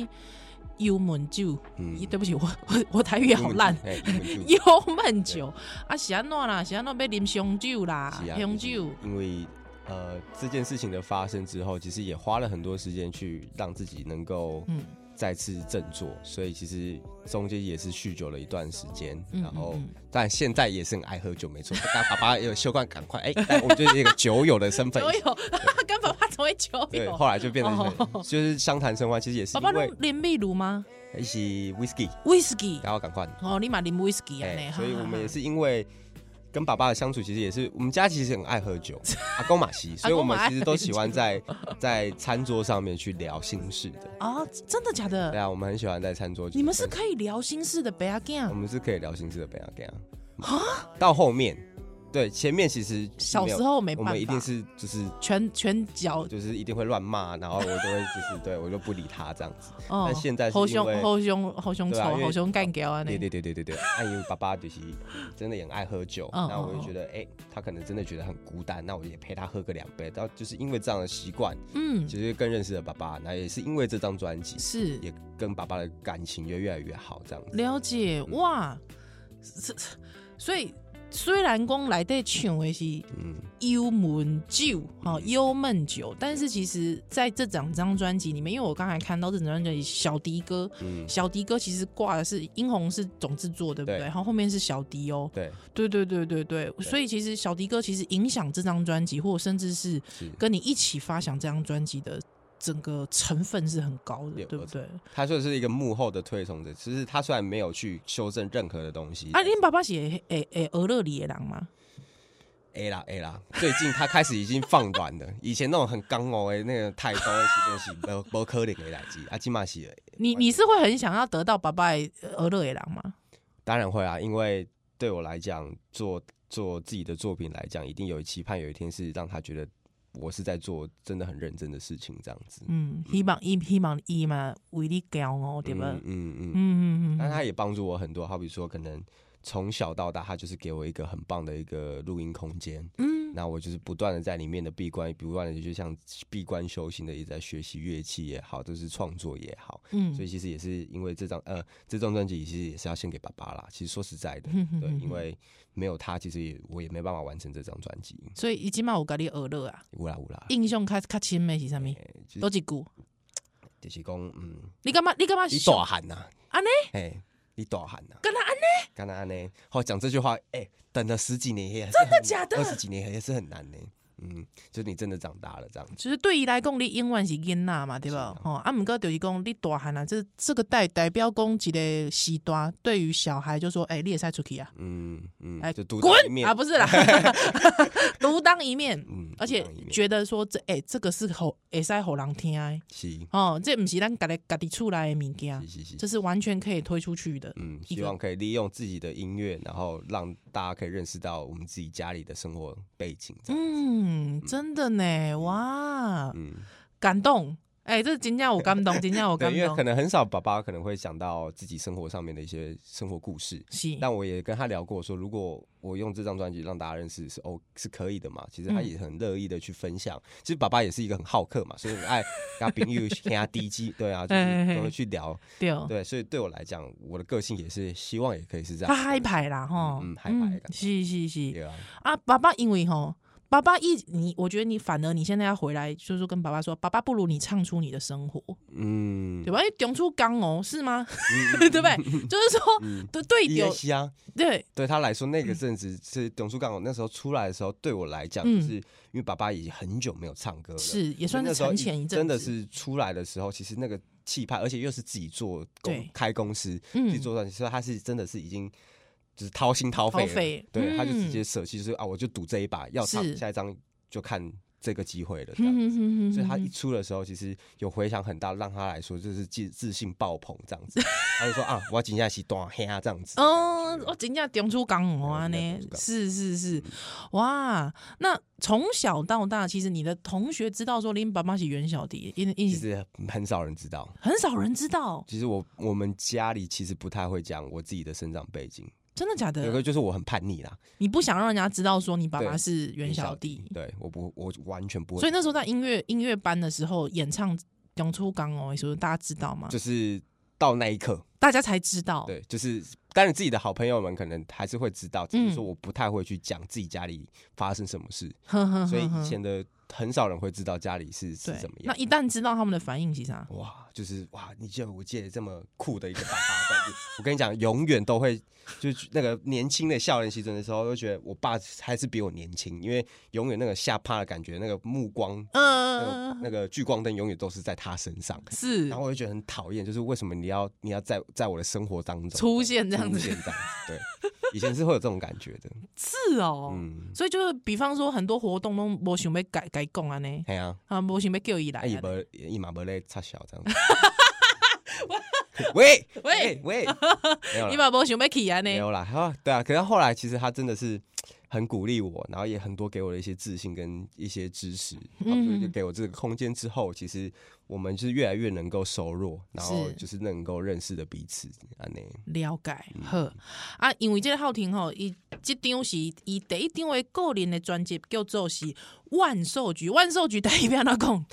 Speaker 2: 幽门酒？
Speaker 3: 嗯
Speaker 2: 咦对不起，我 我我台语好 烂。
Speaker 3: 哎，英文就
Speaker 2: 幽门酒啊，是安怎啦？是安怎要啉香酒啦
Speaker 3: 是？啊
Speaker 2: 香
Speaker 3: 就是
Speaker 2: 酒，
Speaker 3: 因为呃这件事情的发生之后，其实也花了很多时间去让自己能够
Speaker 2: 嗯
Speaker 3: 再次振作，所以其实中间也是酗酒了一段时间，
Speaker 2: 嗯
Speaker 3: 然后
Speaker 2: 嗯嗯
Speaker 3: 但现在也是很爱喝酒，没错。但爸爸也有修惯，赶快哎，但我们就是一个酒友的身份
Speaker 2: 酒。 友，跟爸爸成为酒
Speaker 3: 对，
Speaker 2: 友。
Speaker 3: 后来就变成很
Speaker 2: 哦
Speaker 3: 就是相谈甚欢，其实也是
Speaker 2: 爸爸
Speaker 3: 因
Speaker 2: 拢
Speaker 3: 为
Speaker 2: 啉秘鲁吗
Speaker 3: 一起 whisky，
Speaker 2: ？Whisky，
Speaker 3: 然后赶快
Speaker 2: 哦，你嘛啉 whisky 啊
Speaker 3: 哎、
Speaker 2: 呢？
Speaker 3: 所以我们也
Speaker 2: 哈
Speaker 3: 是因为跟爸爸的相处，其实也是我们家其实很爱 喝酒，阿公马西，所以我们其实都喜欢在 在餐桌上面去聊心事的。
Speaker 2: 哈哈啊，真的假
Speaker 3: 对
Speaker 2: 的？
Speaker 3: 啊，我们很喜欢在餐桌。
Speaker 2: 你们是可以聊心事的北阿健
Speaker 3: 我，们是可以聊心事的，不要这样。到后面，对前面其实
Speaker 2: 啊小
Speaker 3: 没有
Speaker 2: 时候没
Speaker 3: 我
Speaker 2: 办法，
Speaker 3: 们一定是就是
Speaker 2: 拳拳脚
Speaker 3: 就是一定会乱骂，然后我都会就是对我就不理他这样子。
Speaker 2: 哦
Speaker 3: 但现在是
Speaker 2: 好
Speaker 3: 因为
Speaker 2: 凶好凶好凶
Speaker 3: 对
Speaker 2: 丑
Speaker 3: 啊因为
Speaker 2: 好凶干掉啊
Speaker 3: 对
Speaker 2: 那
Speaker 3: 对对对对对，啊，因为爸爸就是真的也很爱喝酒，
Speaker 2: 嗯
Speaker 3: 那我就觉得，哎、他可能真的觉得很孤单，那我也陪他喝个两杯。然后就是因为这样的习惯，
Speaker 2: 嗯
Speaker 3: 其实更认识了爸爸，那也是因为这张专辑，
Speaker 2: 是
Speaker 3: 也跟爸爸的感情就越来越好，这样子。
Speaker 2: 了解
Speaker 3: 嗯
Speaker 2: 哇，是是所以虽然讲来底唱的是
Speaker 3: 嗯，
Speaker 2: 幽闷酒，哦，幽闷酒，但是其实在这整张专辑里面，因为我刚才看到这整张专辑小迪哥，
Speaker 3: 嗯
Speaker 2: 小迪哥其实挂的是殷红是总制作，对不对？
Speaker 3: 对
Speaker 2: 然后后面是小迪哦，
Speaker 3: 对，
Speaker 2: 对对对对对，所以其实小迪哥其实影响这张专辑，或甚至是
Speaker 3: 是。
Speaker 2: 跟你一起发想这张专辑的整个成分是很高的，
Speaker 3: 有
Speaker 2: 对不对？
Speaker 3: 他就是一个幕后的推崇者，其实他虽然没有去修正任何的东西，
Speaker 2: 啊，恁爸爸是会会会俄勒里的人吗？
Speaker 3: 哎啦哎啦，最近他开始已经放软了，以前那种很刚哦的那个态度，其实是无无可能的代志，啊，起码是
Speaker 2: 你你是会很想要得到爸爸的俄勒野狼吗？
Speaker 3: 当然会啊，因为对我来讲，做做自己的作品来讲，一定有期盼，有一天是让他觉得我是在做真的很认真的事情，这样子。
Speaker 2: 嗯，希望伊希望伊嘛为你骄傲对吧？
Speaker 3: 嗯嗯
Speaker 2: 嗯
Speaker 3: 嗯。
Speaker 2: 嗯
Speaker 3: 但
Speaker 2: 嗯，
Speaker 3: 他也帮助我很多，好比说，可能从小到大，他就是给我一个很棒的一个录音空间。嗯，那我就是不断的在里面的闭关，不断的就像闭关修行的，也在学习乐器也好，都是创作也好。
Speaker 2: 嗯
Speaker 3: 所以其实也是因为这张呃这张专辑，其实也是要献给爸爸啦。其实说实在的
Speaker 2: 嗯嗯，
Speaker 3: 对
Speaker 2: 嗯，
Speaker 3: 因为没有他，其实也我也没办法完成这张专辑。
Speaker 2: 所以伊即嘛有甲你学乐啊，
Speaker 3: 乌啦乌啦，
Speaker 2: 印象较较深的是啥物？
Speaker 3: 就是
Speaker 2: 多一句，
Speaker 3: 就是讲，嗯，
Speaker 2: 你感觉你感觉
Speaker 3: 你
Speaker 2: 上
Speaker 3: 大喊呐，
Speaker 2: 安尼？
Speaker 3: 嘿，你大喊呐。
Speaker 2: 敢若安尼？
Speaker 3: 干他呢？好讲这句话，哎、等了十几年也真的假的，二十几年也是很难呢。嗯，就是你真的长大了这样子。
Speaker 2: 就是对伊来讲，你永远是囡仔嘛，对无吼，啊，毋过就是讲你大汉啊，这这个代代表讲一个时代，对于小孩就说，诶、你会使出去啊，
Speaker 3: 嗯嗯，
Speaker 2: 哎，
Speaker 3: 就独当一
Speaker 2: 滚
Speaker 3: 面
Speaker 2: 啊，不是啦， 独当一面，
Speaker 3: 嗯，
Speaker 2: 而且
Speaker 3: 独当一面
Speaker 2: 觉得说这诶、这个是互会使互人听的，
Speaker 3: 是
Speaker 2: 哦，这毋是咱家己家己厝内的物件
Speaker 3: 是，是是，
Speaker 2: 啊这是完全可以推出去的，
Speaker 3: 嗯，
Speaker 2: 一
Speaker 3: 希
Speaker 2: 个
Speaker 3: 望可以利用自己的音乐，然后让大家可以认识到我们自己家里的生活背景这样。
Speaker 2: 嗯，真的呢，哇，
Speaker 3: 嗯，
Speaker 2: 感动，诶、这真正有感 动，真正有感
Speaker 3: 对，因为可
Speaker 2: 动，
Speaker 3: 能很少爸爸可能会讲到自己生活上面的一些生活故事，
Speaker 2: 是，
Speaker 3: 但我也跟他聊过说，如果我用这张专辑让大家认识是哦是可以的嘛，其实
Speaker 2: 嗯
Speaker 3: 他也很乐意的去分享。其实爸爸也是一个很好客嘛，所以很爱跟他朋 友跟他低基，对啊，就
Speaker 2: 嘿嘿嘿
Speaker 3: 是都会去聊。
Speaker 2: 对。哦
Speaker 3: 对，所以对我来讲，我的个性也是希望也可以是这样
Speaker 2: 较
Speaker 3: 的。
Speaker 2: 嗨牌啦，吼，
Speaker 3: 嗯嗯嗨牌的感觉
Speaker 2: 是是
Speaker 3: 对
Speaker 2: 是
Speaker 3: 啊，
Speaker 2: 啊，爸爸因为吼，爸爸一你，我觉得你反而你现在要回来，就是跟爸爸说，爸爸不如你唱出你的生活，
Speaker 3: 嗯
Speaker 2: 对，吧？因为顶出刚哦，是吗？ 对不 对？就是
Speaker 3: 嗯
Speaker 2: 说，对对
Speaker 3: 也
Speaker 2: 丢，嗯
Speaker 3: 香。
Speaker 2: 对，
Speaker 3: 啊对他来说，那个阵子是董书港，我那时候出来的时候，对我来讲，
Speaker 2: 嗯
Speaker 3: 就是因为爸爸已经很久没有唱歌了，
Speaker 2: 是也
Speaker 3: 所
Speaker 2: 算
Speaker 3: 以
Speaker 2: 是
Speaker 3: 那时候
Speaker 2: 沉潜一阵子，
Speaker 3: 真的是出来的时候，其实那个气派，而且又是自己做
Speaker 2: 对
Speaker 3: 公开公司，
Speaker 2: 嗯
Speaker 3: 自己做专辑，所以他是真的是已经就是掏心掏肺
Speaker 2: 掏
Speaker 3: 了，
Speaker 2: 肺
Speaker 3: 对，他就直
Speaker 2: 嗯
Speaker 3: 接舍弃，就是啊，我就赌这一把，要唱
Speaker 2: 是
Speaker 3: 下一张就看这个机会了，
Speaker 2: 哼，
Speaker 3: 这样
Speaker 2: 嗯哼
Speaker 3: 子。
Speaker 2: 哼哼
Speaker 3: 所以他
Speaker 2: 哼
Speaker 3: 一出的时候，其实有回响很大，让他来说就是自自信爆棚 这样子。他就说啊，我要今天是大黑啊这样子。
Speaker 2: 哦，我真正中出港我安
Speaker 3: 对我
Speaker 2: 呢
Speaker 3: 真，的中出
Speaker 2: 是是是，哇！那从小到大，其实你的同学知道说你爸爸是袁小迪，因
Speaker 3: 其
Speaker 2: 因
Speaker 3: 实很少人知道。
Speaker 2: 很少人知道，
Speaker 3: 其实我我们家里其实不太会讲我自己的生长背景，
Speaker 2: 真的假
Speaker 3: 有
Speaker 2: 的
Speaker 3: 个？就是我很叛逆啦，
Speaker 2: 你不想让人家知道说你爸爸
Speaker 3: 对
Speaker 2: 是袁小弟
Speaker 3: 弟，，对，我不我完全不会，
Speaker 2: 所以那时候在音乐音乐班的时候演唱《永出港》哦，的时候大家知道吗？
Speaker 3: 就是到那一刻，
Speaker 2: 大家才知道。
Speaker 3: 对，就是当然自己的好朋友们可能还是会知道，只
Speaker 2: 嗯
Speaker 3: 是说我不太会去讲自己家里发生什么事，
Speaker 2: 呵呵呵呵
Speaker 3: 所以以前的很少人会知道家里是是
Speaker 2: 对
Speaker 3: 怎么
Speaker 2: 那
Speaker 3: 样。
Speaker 2: 一旦知道他们的反应是啥？
Speaker 3: 哇，就是哇！你见我借这么酷的一个爸爸，但是我跟你讲，永远都会就是那个年轻的校园期中的时候，都觉得我爸还是比我年轻，因为永远那个吓趴的感觉，那个目光，那
Speaker 2: 嗯
Speaker 3: 个，那个聚光灯永远都是在他身上。
Speaker 2: 是
Speaker 3: 然后我就觉得很讨厌，就是为什么你要你要在在我的生活当中
Speaker 2: 出现这样子
Speaker 3: 出 现这样子，对，以前是会有这种感觉的，
Speaker 2: 是哦。
Speaker 3: 嗯，
Speaker 2: 所以就是，比方说很多活动都无想要改改讲安尼，
Speaker 3: 哎呀、
Speaker 2: 啊，无想要叫伊来
Speaker 3: 啊，
Speaker 2: 安
Speaker 3: 一
Speaker 2: 尼。
Speaker 3: 不一马不累插小这样 子，喂
Speaker 2: 喂
Speaker 3: 喂，没有啦
Speaker 2: 伊嘛无想要去安
Speaker 3: 没
Speaker 2: 尼。
Speaker 3: 有啦，他对啊，可是后来其实他真的是很鼓励我，然后也很多给我的一些自信跟一些支持，然后所以
Speaker 2: 嗯
Speaker 3: 就给我这个空间之后，其实我们就是越来越能够熟络，然后
Speaker 2: 是
Speaker 3: 就是能够认识的彼此啊，那
Speaker 2: 了解，
Speaker 3: 嗯
Speaker 2: 好啊，因为这个浩婷吼，伊这张是伊第一张的个人的专辑叫做是《万寿菊》，万寿菊台语要安怎讲？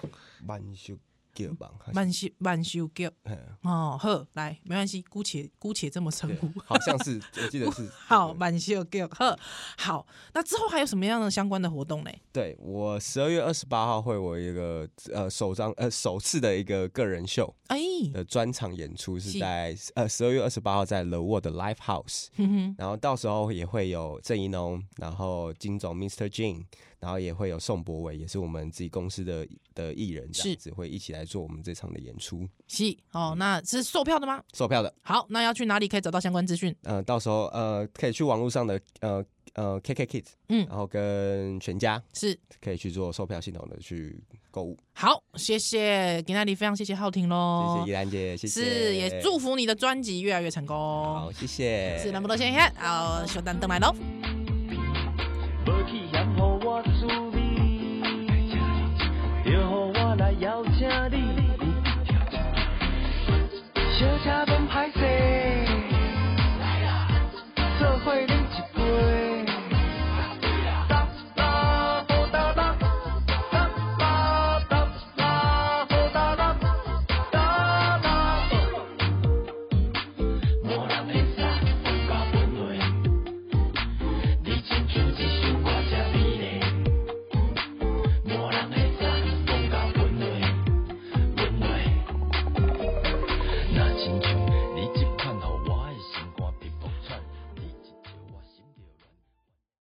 Speaker 3: 慢修给吧，
Speaker 2: 万寿万寿菊
Speaker 3: 嗯
Speaker 2: 哦，好，来，没关系，姑且姑且这么称
Speaker 3: 对
Speaker 2: 呼。
Speaker 3: 好像是我 记得是
Speaker 2: 好，
Speaker 3: 这个
Speaker 2: 万寿菊，好，好，那之后还有什么样的相关的活动嘞？
Speaker 3: 对我十二月二十八号会我一个呃首张呃首次的一个个人秀
Speaker 2: 哎，
Speaker 3: 的专场演出是
Speaker 2: 是
Speaker 3: 在呃十二月二十八号在 The World Live House，
Speaker 2: 哼哼，
Speaker 3: 然后到时候也会有郑怡农，然后金总 Mr. Jin，然后也会有宋博伟，也是我们自己公司的的艺人，这
Speaker 2: 是
Speaker 3: 样子会一起来做我们这场的演出。
Speaker 2: 是
Speaker 3: 嗯
Speaker 2: 哦，那是售票的吗？
Speaker 3: 售票的，
Speaker 2: 好，那要去哪里可以找到相关资讯？
Speaker 3: 呃，到时候呃可以去网络上的呃呃 KK Kids，
Speaker 2: 嗯
Speaker 3: 然后跟全家
Speaker 2: 是
Speaker 3: 可以去做售票系统的去购物。
Speaker 2: 好，谢谢给那里，非常谢谢浩婷喽
Speaker 3: 谢谢，依兰姐，谢谢，
Speaker 2: 哦是也祝福你的专辑越来越成功
Speaker 3: 好，。谢谢，
Speaker 2: 是那么多谢谢，好，小丹登来喽。
Speaker 4: 无去嫌雨